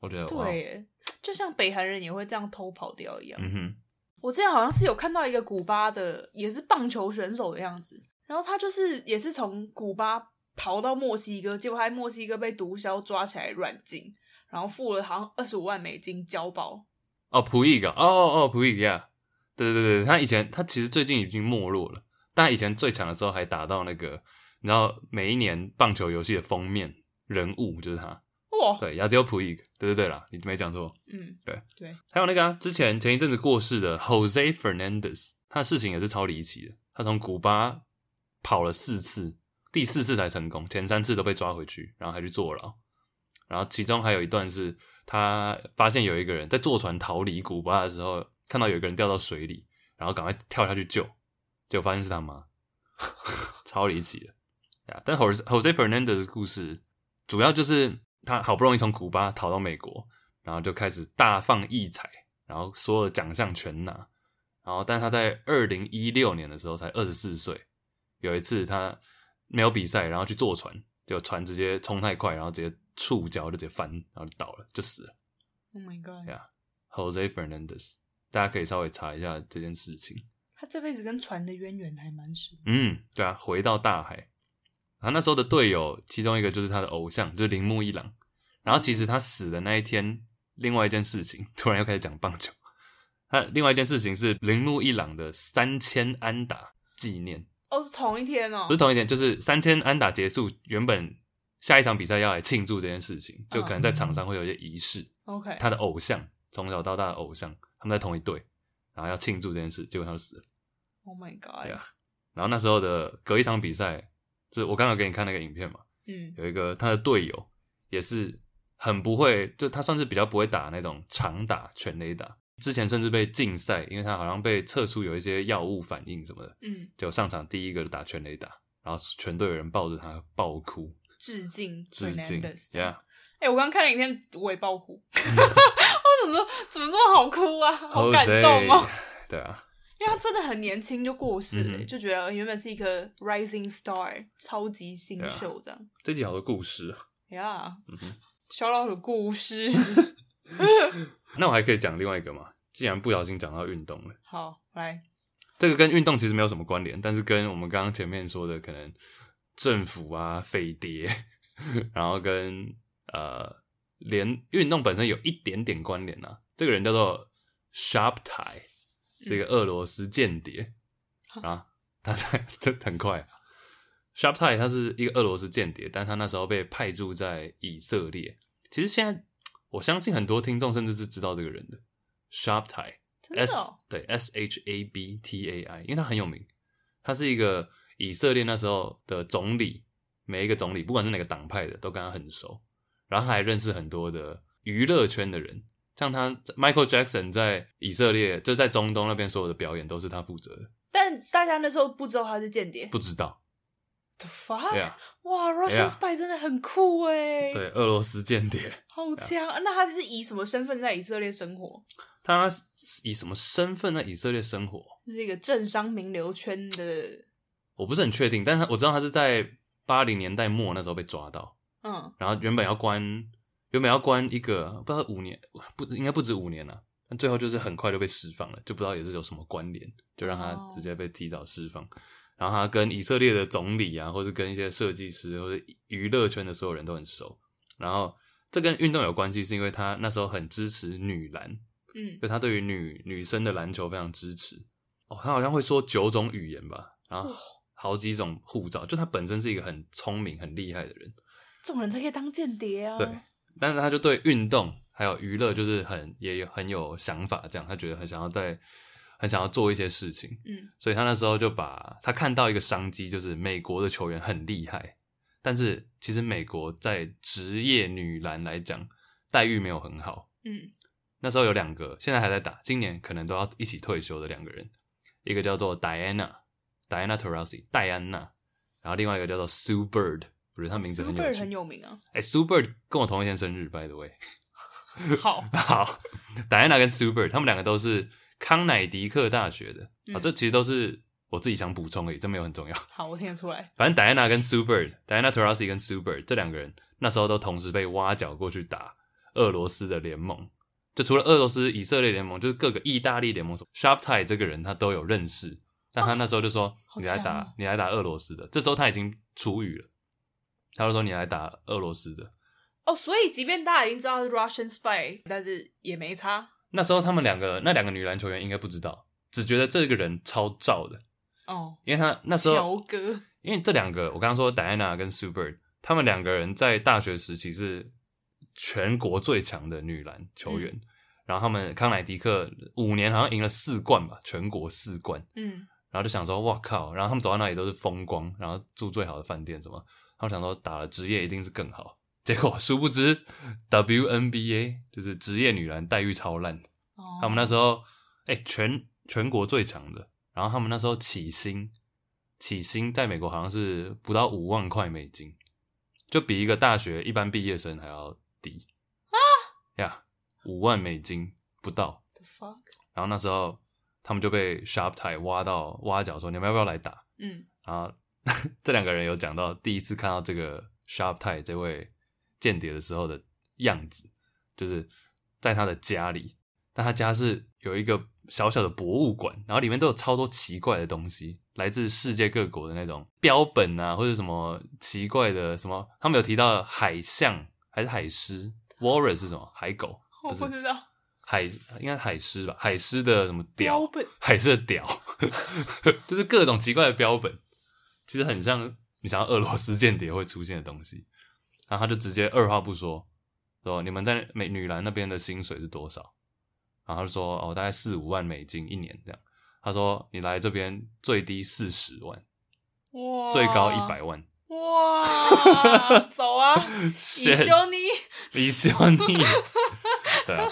Speaker 1: 我觉得哇，
Speaker 2: 对耶，就像北韩人也会这样偷跑掉一样。
Speaker 1: 嗯哼，
Speaker 2: 我之前好像是有看到一个古巴的，也是棒球选手的样子，然后他就是也是从古巴逃到墨西哥，结果他在墨西哥被毒枭抓起来软禁，然后付了好像二十五万美金交保。
Speaker 1: 哦，普伊格，哦哦，普伊格亚，对对对对，他以前他其实最近已经没落了，但他以前最强的时候还打到那个，你知道每一年棒球游戏的封面人物就是他，
Speaker 2: 哇，
Speaker 1: 对，亚只有普伊格，对对对啦，你没讲错。
Speaker 2: 嗯，
Speaker 1: 对
Speaker 2: 对，
Speaker 1: 还有那个啊，之前前一阵子过世的 Jose Fernandez，他的事情也是超离奇的，他从古巴跑了四次，第四次才成功，前三次都被抓回去，然后还去坐牢，然后其中还有一段是他发现有一个人在坐船逃离古巴的时候，看到有一个人掉到水里，然后赶快跳下去救，结果发现是他妈，超离奇的。对啊，但 Jose Jose Fernandez 的故事主要就是他好不容易从古巴逃到美国，然后就开始大放异彩，然后所有的奖项全拿。然后，但他在二零一六年的时候才二十四岁，有一次他没有比赛，然后去坐船，就船直接冲太快，然后直接触礁就直接翻，然后就倒了，就死了。
Speaker 2: Oh my god！
Speaker 1: Yeah Jose Fernandez，大家可以稍微查一下这件事情。
Speaker 2: 他这辈子跟船的渊源还蛮深。
Speaker 1: 嗯，对啊，回到大海，他那时候的队友其中一个就是他的偶像，就是铃木一朗。然后其实他死的那一天，另外一件事情，突然又开始讲棒球。他另外一件事情是铃木一朗的三千安打纪念，
Speaker 2: 哦，是同一天哦
Speaker 1: 不是。同一天，就是三千安打结束，原本下一场比赛要来庆祝这件事情，就可能在场上会有一些仪式。
Speaker 2: OK，
Speaker 1: 他的偶像，从小到大的偶像，他们在同一队，然后要庆祝这件事，结果他就死了。
Speaker 2: Oh my
Speaker 1: 对
Speaker 2: god！
Speaker 1: 啊，然后那时候的隔一场比赛，这我刚刚有给你看那个影片嘛，
Speaker 2: 嗯
Speaker 1: 有一个他的队友也是很不会，就他算是比较不会打那种长打、全垒打，之前甚至被禁赛，因为他好像被测出有一些药物反应什么的，
Speaker 2: 嗯，
Speaker 1: 就上场第一个打全垒打，然后全队有人抱着他爆哭
Speaker 2: 致敬
Speaker 1: 致敬
Speaker 2: Fernandez。
Speaker 1: ，Yeah，
Speaker 2: 哎、我刚看了影片，我也 爆哭。我怎么说怎么这么好哭啊？好感动哦！
Speaker 1: Jose，对 啊，
Speaker 2: 因为他真的很年轻就过世了、
Speaker 1: 嗯哼
Speaker 2: 就觉得原本是一颗 rising star 超级新秀这样。
Speaker 1: 这集好多故事啊。
Speaker 2: 呀、
Speaker 1: 啊嗯哼
Speaker 2: 小老鼠故 事。
Speaker 1: 那我还可以讲另外一个嘛，既然不小心讲到运动了。
Speaker 2: 好，来，
Speaker 1: 这个跟运动其实没有什么关联，但是跟我们刚刚前面说的可能政府啊、匪谍，然后跟呃连运动本身有一点点关联啊。这个人叫做 Sharptai，是一个俄罗斯间谍、啊。他在这很快、啊、，Sharptai 他是一个俄罗斯间谍，但他那时候被派驻在以色列。其实现在我相信很多听众甚至是知道这个人的 Sharptai。
Speaker 2: 真的
Speaker 1: S
Speaker 2: 哦、
Speaker 1: 对 S H A B T A I，因为他很有名，他是一个以色列那时候的总理，每一个总理不管是哪个党派的都跟他很熟，然后他还认识很多的娱乐圈的人，像他 Michael Jackson 在以色列就在中东那边所有的表演都是他负责的，
Speaker 2: 但大家那时候不知道他是间谍。
Speaker 1: 不知道
Speaker 2: The fuck！、
Speaker 1: 对啊，
Speaker 2: 哇，Russian spy 真的很酷哎，
Speaker 1: 对俄罗斯间谍，
Speaker 2: 好强、啊那他是以什么身份在以色列生活？
Speaker 1: 他以什么身份在以色列生活？
Speaker 2: 就是一个政商名流圈的，
Speaker 1: 我不是很确定，但是我知道他是在八零年代末那时候被抓到。
Speaker 2: 嗯
Speaker 1: 然后原本要关，原本要关一个不知道五年，不应该不止五年了、但最后就是很快就被释放了，就不知道也是有什么关联，就让他
Speaker 2: 哦
Speaker 1: 直接被提早释放。然后他跟以色列的总理啊，或是跟一些设计师或者娱乐圈的所有人都很熟。然后这跟运动有关系，是因为他那时候很支持女篮，
Speaker 2: 嗯，
Speaker 1: 就他对于女女生的篮球非常支持。哦，他好像会说九种语言吧，然后
Speaker 2: 哇
Speaker 1: 好几种护照，就他本身是一个很聪明、很厉害的人。
Speaker 2: 这种人才可以当间谍啊。
Speaker 1: 对但是他就对运动还有娱乐就是很也有很有想法，这样他觉得很想要在很想要做一些事情，
Speaker 2: 嗯
Speaker 1: 所以他那时候就把他看到一个商机，就是美国的球员很厉害，但是其实美国在职业女篮来讲待遇没有很好。
Speaker 2: 嗯
Speaker 1: 那时候有两个，现在还在打，今年可能都要一起退休的两个人，一个叫做 Diana，Diana Taurasi，戴安娜，然后另外一个叫做 Sue Bird，我觉得她名字很有
Speaker 2: ，Super
Speaker 1: 趣
Speaker 2: 很有 名啊。
Speaker 1: 哎、s u e Bird 跟我同一天生日，by the way。
Speaker 2: 好，
Speaker 1: 好，戴安娜跟 Sue Bird，他们两个都是康乃狄克大学的。啊、
Speaker 2: 嗯
Speaker 1: 这其实都是我自己想补充而已，这没有很重要。
Speaker 2: 好，我听得出来。
Speaker 1: 反正戴安娜跟 Sue Bird，戴安娜 Taurasi 跟 Sue Bird 这两个人那时候都同时被挖角过去打俄罗斯的联盟。就除了俄罗斯、以色列联盟，就是各个意大利联盟什么，Sharptai 这个人他都有认识，但他那时候就说：“
Speaker 2: 哦好
Speaker 1: 你来
Speaker 2: 强
Speaker 1: 打，
Speaker 2: 哦
Speaker 1: 你来打俄罗斯的。”这时候他已经出狱了，他就说：“你来打俄罗斯的。”
Speaker 2: 哦，所以即便大家已经知道是 Russian spy，但是也没差。
Speaker 1: 那时候他们两个那两个女篮球员应该不知道，只觉得这个人超照的，
Speaker 2: 哦，
Speaker 1: 因为他那时
Speaker 2: 乔
Speaker 1: 候，
Speaker 2: 哥，
Speaker 1: 因为这两个我刚刚说戴安娜跟 s u b e r 他们两个人在大学时期是全国最强的女篮球员，然后他们康乃狄克五年好像赢了四冠吧，全国四冠，
Speaker 2: 嗯，
Speaker 1: 然后就想说哇靠，然后他们走到那里都是风光，然后住最好的饭店什么，他们想说打了职业一定是更好，结果殊不知 WNBA 就是职业女篮待遇超烂。
Speaker 2: 哦，
Speaker 1: 啊他们那时候，哎、全全国最强的。然后他们那时候起薪，起薪在美国好像是不到五万块美金，就比一个大学一般毕业生还要低啊呀，五万美金不到。
Speaker 2: The fuck，
Speaker 1: 然后那时候他们就被 Sharp 台挖到挖角说，你们要不要来打？
Speaker 2: 嗯，
Speaker 1: 然后这两个人有讲到第一次看到这个 Sharp 泰这位间谍的时候的样子，就是在他的家里，但他家是有一个小小的博物馆，然后里面都有超多奇怪的东西，来自世界各国的那种标本啊，或者什么奇怪的什么，他们有提到海象还是海狮 w a r r e 是什么？海狗
Speaker 2: 我不
Speaker 1: 不是
Speaker 2: 知道
Speaker 1: 海应该海狮吧？海狮的什么雕
Speaker 2: 标？本
Speaker 1: 海狮的屌，就是各种奇怪的标本，其实很像你想要俄罗斯间谍会出现的东西。然后他就直接二话不说，说你们在美女篮那边的薪水是多少？然后他就说哦，大概四五万美金一年这样。他说你来这边最低四十万，
Speaker 2: 哇，
Speaker 1: 最高一百万。
Speaker 2: 哇，走啊，以
Speaker 1: Shit
Speaker 2: 修尼，
Speaker 1: 比希望你对啊，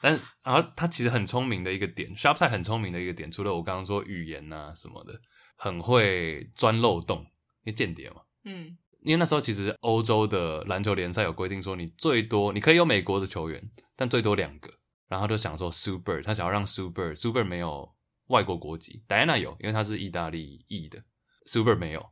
Speaker 1: 但然后他其实很聪明的一个点，Shopside 很聪明的一个点，除了我刚刚说语言啊什么的，很会钻漏洞，因为间谍嘛。
Speaker 2: 嗯
Speaker 1: 因为那时候其实欧洲的篮球联赛有规定说，你最多你可以有美国的球员，但最多两个。然后他就想说，Super 他想要让 Super，Super 没有外国国籍，Diana 有，因为他是意大利裔的，Super 没有，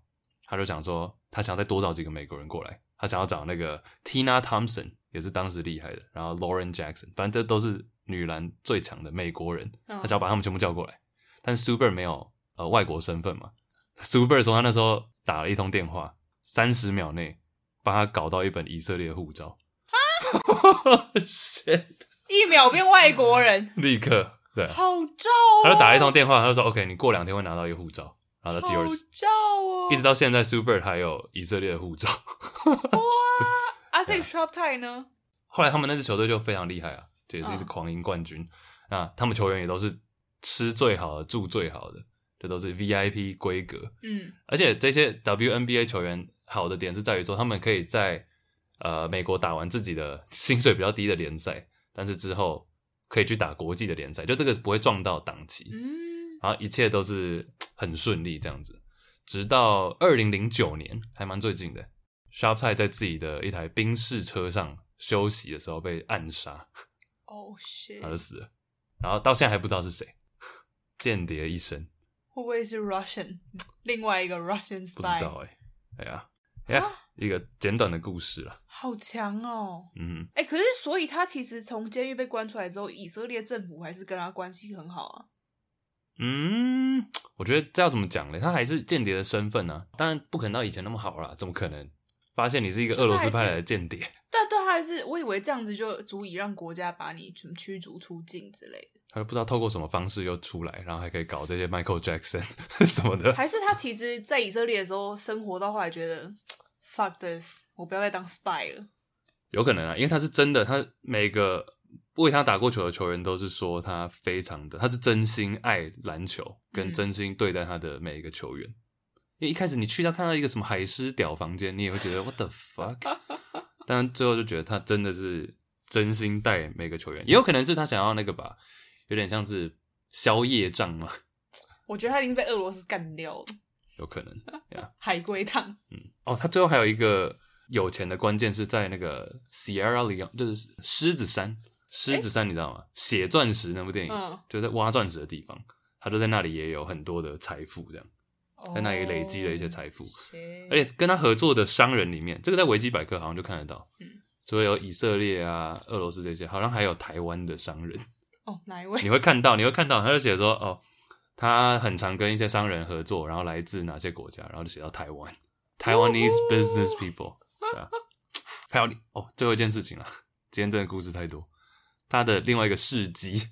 Speaker 1: 他就想说他想再多找几个美国人过来，他想要找那个 Tina Thompson 也是当时厉害的，然后 Lauren Jackson，反正这都是女篮最强的美国人，
Speaker 2: 嗯
Speaker 1: 他想要把他们全部叫过来。但 Super 没有呃外国身份嘛，Super 说他那时候打了一通电话，三十秒内把他搞到一本以色列护照， 啊，shit，
Speaker 2: 一秒变外国人，
Speaker 1: 立刻对，啊
Speaker 2: 好照哦，
Speaker 1: 嗯他就打了一通电话，他就说 OK，你过两天会拿到一个护照，然后他寄
Speaker 2: 好
Speaker 1: 二十，
Speaker 2: 照哦，
Speaker 1: 一直到现在 Super 还有以色列的护照。
Speaker 2: 啊，这个 shop tie 呢？
Speaker 1: 后来他们那支球队就非常厉害啊，这也是一支
Speaker 2: 嗯
Speaker 1: 狂赢冠军。那他们球员也都是吃最好的、住最好的，这都是 VIP 规格。
Speaker 2: 嗯
Speaker 1: 而且这些 WNBA 球员好的点是在于说，他们可以在呃美国打完自己的薪水比较低的联赛，但是之后可以去打国际的联赛，就这个不会撞到档期。
Speaker 2: 嗯，
Speaker 1: 然后一切都是很顺利这样子，直到二零零九年，还蛮最近的。Sharptai 在自己的一台宾士车上休息的时候被暗杀，
Speaker 2: 哦、shit，
Speaker 1: 啊然后就死了，然后到现在还不知道是谁， 间谍一生
Speaker 2: 会不会是 Russian？另外一个 Russian
Speaker 1: 不知
Speaker 2: spy，
Speaker 1: 道哎、哎呀哎呀，一个简短的故事了，
Speaker 2: 好强哦！
Speaker 1: 嗯，
Speaker 2: 哎、可是所以他其实从监狱被关出来之后，以色列政府还是跟他关系很好啊。
Speaker 1: 嗯，我觉得这要怎么讲呢？他还是间谍的身份呢、啊，当然不可能到以前那么好啦，怎么可能？发现你是一个俄罗斯派来的间谍，
Speaker 2: 对啊对啊，他还是我以为这样子就足以让国家把你什么驱逐出境之类的，
Speaker 1: 他就不知道透过什么方式又出来，然后还可以搞这些 Michael Jackson 什么的。
Speaker 2: 还是他其实在以色列的时候生活到后来觉得 fuck this，我不要再当 spy 了。
Speaker 1: 有可能啊，因为他是真的，他每个为他打过球的球员都是说他非常的，他是真心爱篮球，跟
Speaker 2: 嗯
Speaker 1: 真心对待他的每一个球员。因为一开始你去到看到一个什么海狮屌房间，你也会觉得 what the fuck，但最后就觉得他真的是真心待每个球员，也有可能是他想要那个吧，有点像是消业障嘛，
Speaker 2: 我觉得他已经被俄罗斯干掉了，
Speaker 1: 有可能。
Speaker 2: 海龟汤。
Speaker 1: 哦，他最后还有一个有钱的关键是在那个 Sierra Leone，就是狮子山。狮子山你知道吗？血钻石那部电影，
Speaker 2: 嗯
Speaker 1: 就在挖钻石的地方，他就在那里也有很多的财富，这样在那里累积了一些财
Speaker 2: 哦
Speaker 1: 富。
Speaker 2: 富
Speaker 1: 而且跟他合作的商人里面，这个在维基百科好像就看得到，
Speaker 2: 嗯
Speaker 1: 除了有以色列啊、俄罗斯这些，好像还有台湾的商人。
Speaker 2: 哦，哪一位？
Speaker 1: 你会看到，你会看到，他就写说哦，他很常跟一些商人合作，然后来自哪些国家，然后就写到台湾，Taiwanese
Speaker 2: 哦
Speaker 1: business people，对啊。还有哦，最后一件事情啊，今天真的故事太多。他的另外一个事迹，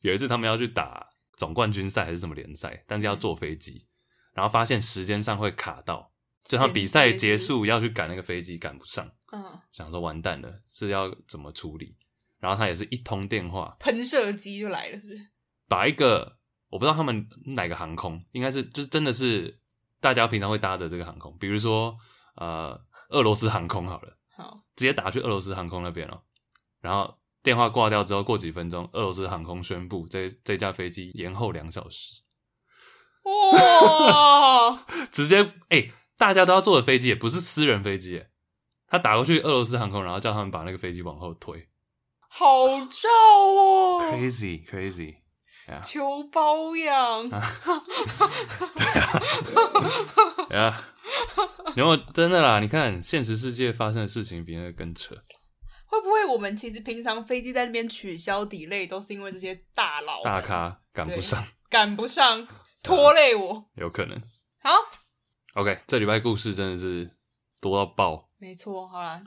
Speaker 1: 有一次他们要去打总冠军赛还是什么联赛，但是要坐飞机，然后发现时间上会卡到，就他们比赛结束要去赶那个飞机，赶不上，
Speaker 2: 嗯，
Speaker 1: 想说完蛋了，是要怎么处理？然后他也是一通电话，
Speaker 2: 喷射机就来了，是不是？
Speaker 1: 把一个我不知道他们哪个航空，应该是就是真的是大家平常会搭的这个航空，比如说呃俄罗斯航空好了，
Speaker 2: 好，
Speaker 1: 直接打去俄罗斯航空那边哦，然后电话挂掉之后，过几分钟，俄罗斯航空宣布这这架飞机延后两小时，
Speaker 2: 哇、
Speaker 1: 直接哎、大家都要坐的飞机也不是私人飞机耶，他打过去俄罗斯航空，然后叫他们把那个飞机往后推
Speaker 2: 好照 哦，
Speaker 1: ，crazy crazy，
Speaker 2: 求包养，
Speaker 1: 啊哎呀，然后真的啦，你看现实世界发生的事情比那个更扯。
Speaker 2: 会不会我们其实平常飞机在那边取消 delay 都是因为这些大佬
Speaker 1: 大咖赶不上，
Speaker 2: 赶不上，拖累我？
Speaker 1: 有可能。
Speaker 2: 好，
Speaker 1: OK，这礼拜故事真的是多到爆，
Speaker 2: 没错，好啦。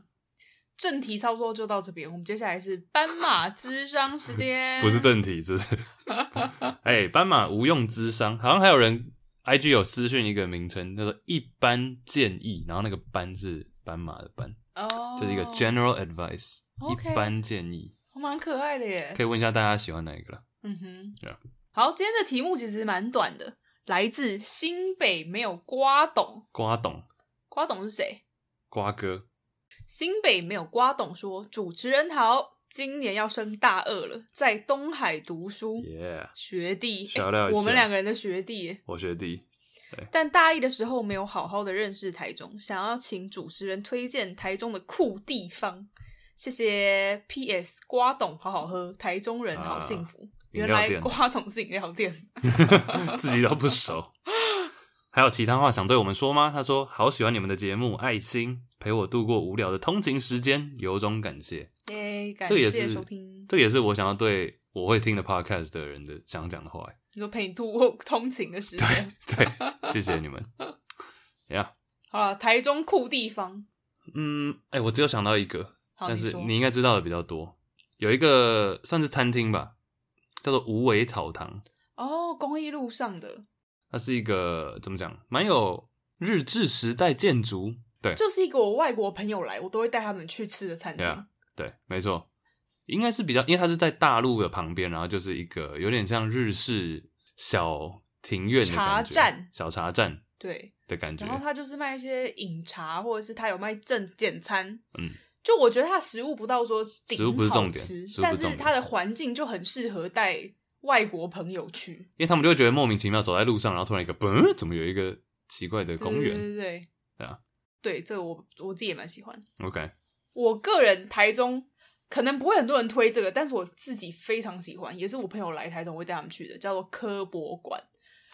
Speaker 2: 正题差不多就到这边，我们接下来是斑马咨商时 间。
Speaker 1: 不是正题，这是。哎、斑马无用之商，好像还有人 IG 有私讯一个名称叫做“一般建议”，然后那个“斑”是斑马的“斑
Speaker 2: 哦”，
Speaker 1: 就是一个 general advice，、
Speaker 2: OK
Speaker 1: 一般建议。
Speaker 2: 蛮可爱的耶。
Speaker 1: 可以问一下大家喜欢哪一个了？
Speaker 2: 嗯哼
Speaker 1: Yeah
Speaker 2: 好，今天的题目其实蛮短的，来自新北没有瓜董，
Speaker 1: 瓜董、
Speaker 2: 瓜董是谁？
Speaker 1: 瓜哥，
Speaker 2: 新北没有瓜董说，主持人好，今年要升大二了，在东海读书。
Speaker 1: 耶、
Speaker 2: 学弟，欸
Speaker 1: Shout out 一下
Speaker 2: 我们两个人的学弟耶。
Speaker 1: 我学弟。
Speaker 2: 但大一的时候没有好好的认识台中，想要请主持人推荐台中的酷地方。谢谢。P.S. 瓜董好好喝，台中人好幸福。
Speaker 1: 啊饮
Speaker 2: 原
Speaker 1: 料店
Speaker 2: 来瓜董是饮料店。
Speaker 1: 自己都不熟。还有其他话想对我们说吗？他说：“好喜欢你们的节目，爱心陪我度过无聊的通勤时间，由衷感谢。
Speaker 2: 耶、感
Speaker 1: 这也
Speaker 2: 谢
Speaker 1: 是
Speaker 2: 收听。
Speaker 1: 这也是我想要对我会听的 podcast 的人的想讲的话。欸
Speaker 2: 你说陪你度过通勤的时间。
Speaker 1: 对，谢谢你 们。呀、
Speaker 2: 好了，台中酷地方。
Speaker 1: 嗯，哎、我只有想到一个，
Speaker 2: 好，
Speaker 1: 但
Speaker 2: 你
Speaker 1: 是
Speaker 2: 说
Speaker 1: 你应该知道的比较多。有一个算是餐厅吧，叫做无为草堂，
Speaker 2: 哦，公益路上的，
Speaker 1: 它是一个怎么讲，蛮有日治时代建筑。对，
Speaker 2: 就是一个我外国朋友来，我都会带他们去吃的餐厅。
Speaker 1: Yeah 对，啊没错，应该是比较，因为它是在大陆的旁边，然后就是一个有点像日式小庭院的
Speaker 2: 茶
Speaker 1: 感觉
Speaker 2: 站
Speaker 1: 小茶站
Speaker 2: 对，
Speaker 1: 的感觉
Speaker 2: 然。后他就是卖一些饮茶，或者是他有卖正简餐。
Speaker 1: 嗯，
Speaker 2: 就我觉得他的食物不到说顶
Speaker 1: 食物不是重点
Speaker 2: 好吃
Speaker 1: 食物不
Speaker 2: 但
Speaker 1: 是重点
Speaker 2: 是他的环境就很适合带外国朋友去。
Speaker 1: 因为他们就会觉得莫名其妙走在路上，然后突然一个嘣，怎么有一个奇怪的公
Speaker 2: 对
Speaker 1: 园
Speaker 2: 对对对
Speaker 1: 对啊，
Speaker 2: 对这个我我自己也蛮喜欢。
Speaker 1: ？OK，
Speaker 2: 我个人台中可能不会很多人推这个，但是我自己非常喜欢，也是我朋友来台中我会带他们去的，叫做科博馆。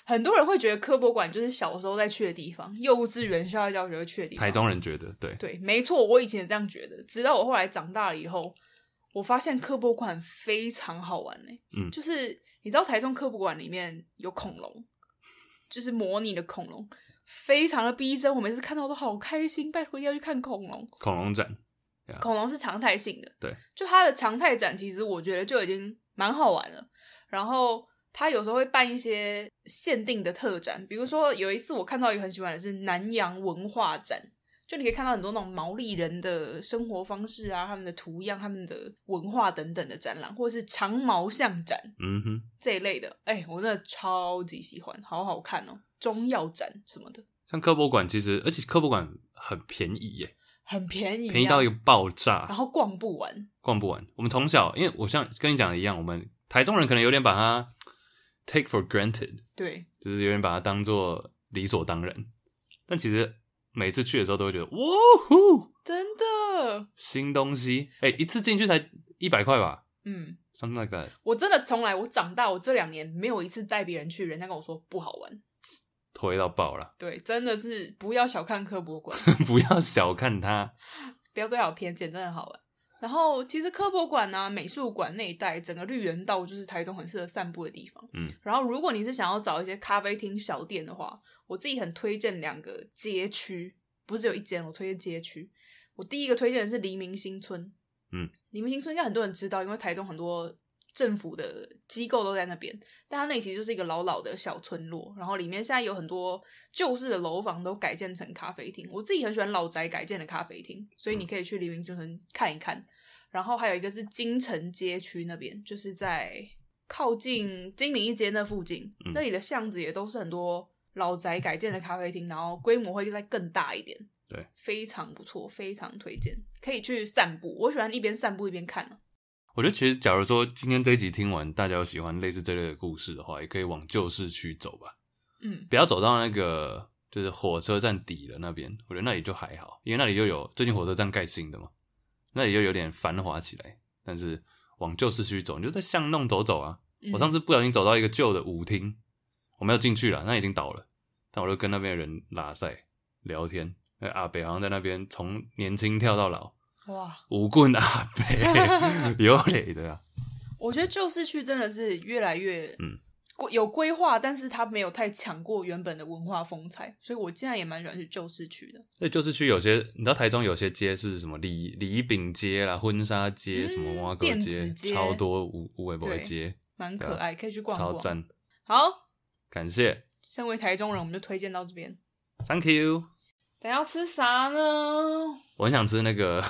Speaker 2: 很多人会觉得科博馆就是小时候在去的地方，幼稚园、校外教学会去的地方。
Speaker 1: 台中人觉得对，
Speaker 2: 对，没错，我以前也这样觉得，直到我后来长大了以后，我发现科博馆非常好玩呢、
Speaker 1: 嗯
Speaker 2: 就是你知道台中科博馆里面有恐龙，就是模拟的恐龙，非常的逼真。我每次看到都好开心，拜托一定要去看恐龙。
Speaker 1: 恐龙展
Speaker 2: 恐龙是常态性的，
Speaker 1: 对，
Speaker 2: 就它的常态展其实我觉得就已经蛮好玩了。然后它有时候会办一些限定的特展，比如说有一次我看到一个很喜欢的是南洋文化展，就你可以看到很多那种毛利人的生活方式啊，他们的图样、他们的文化等等的展览，或者是长毛象展
Speaker 1: 嗯哼，
Speaker 2: 这一类的。哎、我真的超级喜欢，好好看哦！中药展什么的，
Speaker 1: 像科博馆其实，而且科博馆很便宜耶，
Speaker 2: 很便宜、啊，
Speaker 1: 便宜到一个爆
Speaker 2: 然
Speaker 1: 炸，
Speaker 2: 后逛不完。
Speaker 1: 逛不完。我们从小，因为我像跟你讲的一样，我们台中人可能有点把它 take for granted。
Speaker 2: 对，
Speaker 1: 就是有点把它当做理所当然。但其实每次去的时候都会觉得，哇呼，
Speaker 2: 真的，
Speaker 1: 新东西！哎、一次进去才一百块吧
Speaker 2: 嗯。
Speaker 1: ，something like that，
Speaker 2: 我真的从来，我长大，我这两年没有一次带别人去，人家跟我说不好玩。
Speaker 1: 推到爆了。
Speaker 2: 对，真的是不要小看科博馆，
Speaker 1: 不要小看它，
Speaker 2: 不要对它有偏见，真的好玩。然后其实科博馆啊、美术馆那一带，整个绿园道就是台中很适合散步的地方。
Speaker 1: 嗯，
Speaker 2: 然后如果你是想要找一些咖啡厅、小店的话，我自己很推荐两个街区，不是只有一间，我推荐街区。我第一个推荐的是黎明新村。
Speaker 1: 嗯，
Speaker 2: 黎明新村应该很多人知道，因为台中很多政府的机构都在那边。但它那其实就是一个老老的小村落，然后里面现在有很多旧式的楼房都改建成咖啡厅。我自己很喜欢老宅改建的咖啡厅，所以
Speaker 1: 嗯
Speaker 2: 你可以去黎明新村看一看。然后还有一个是金城街区那边，就是在靠近金陵一街那附近，
Speaker 1: 嗯
Speaker 2: 那里的巷子也都是很多老宅改建的咖啡厅，然后规模会再更大一点。
Speaker 1: 对，
Speaker 2: 非常不错，非常推荐，可以去散步。我喜欢一边散步一边看、啊。
Speaker 1: 我觉得其实假如说今天这一集听完，大家有喜欢类似这类的故事的话，也可以往旧市区走吧，
Speaker 2: 嗯，
Speaker 1: 不要走到那个就是火车站底了那边，我觉得那里就还好，因为那里又有最近火车站盖新的嘛，那里又有点繁华起来。但是往旧市区走，你就在巷弄走走啊，我上
Speaker 2: 次
Speaker 1: 次不小心走到一个旧的舞厅，我没有进去了，那已经倒了。但我就跟那边的人拉塞聊天，那阿北好像在那边从年轻跳到老，
Speaker 2: 哇，
Speaker 1: 舞棍阿 北，有理的啊。
Speaker 2: 我觉得旧市区真的是越来越
Speaker 1: 嗯
Speaker 2: 规有规划，但是它没有太抢过原本的文化风采，所以我现在也蛮喜欢去旧市区的。
Speaker 1: 所以就是去有些，你知道台中有些街是什么礼礼饼街啦、婚纱街、
Speaker 2: 嗯
Speaker 1: 什么蛙哥
Speaker 2: 电
Speaker 1: 街，
Speaker 2: 子街
Speaker 1: 超多无无微博的
Speaker 2: 对
Speaker 1: 街，
Speaker 2: 蛮可
Speaker 1: 对啊
Speaker 2: 爱，可以去逛
Speaker 1: 超
Speaker 2: 逛。
Speaker 1: 赞。
Speaker 2: 好，
Speaker 1: 感谢
Speaker 2: 身为台中人，我们就推荐到这边。
Speaker 1: Thank you。
Speaker 2: 等一下要吃啥呢？
Speaker 1: 我很想吃那个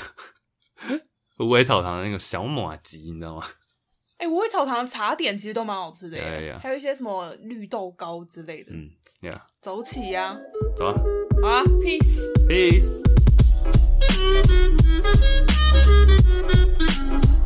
Speaker 1: 无尾草堂的那个小马鸡，你知道吗？
Speaker 2: 哎、五味草堂的茶点其实都蛮好吃的耶
Speaker 1: Yeah, yeah.
Speaker 2: 还有一些什么绿豆糕之类的。
Speaker 1: 哎嗯，Yeah，
Speaker 2: 走起呀、
Speaker 1: 走啊
Speaker 2: 好啊，peace。
Speaker 1: ，Peace。
Speaker 3: Thank you.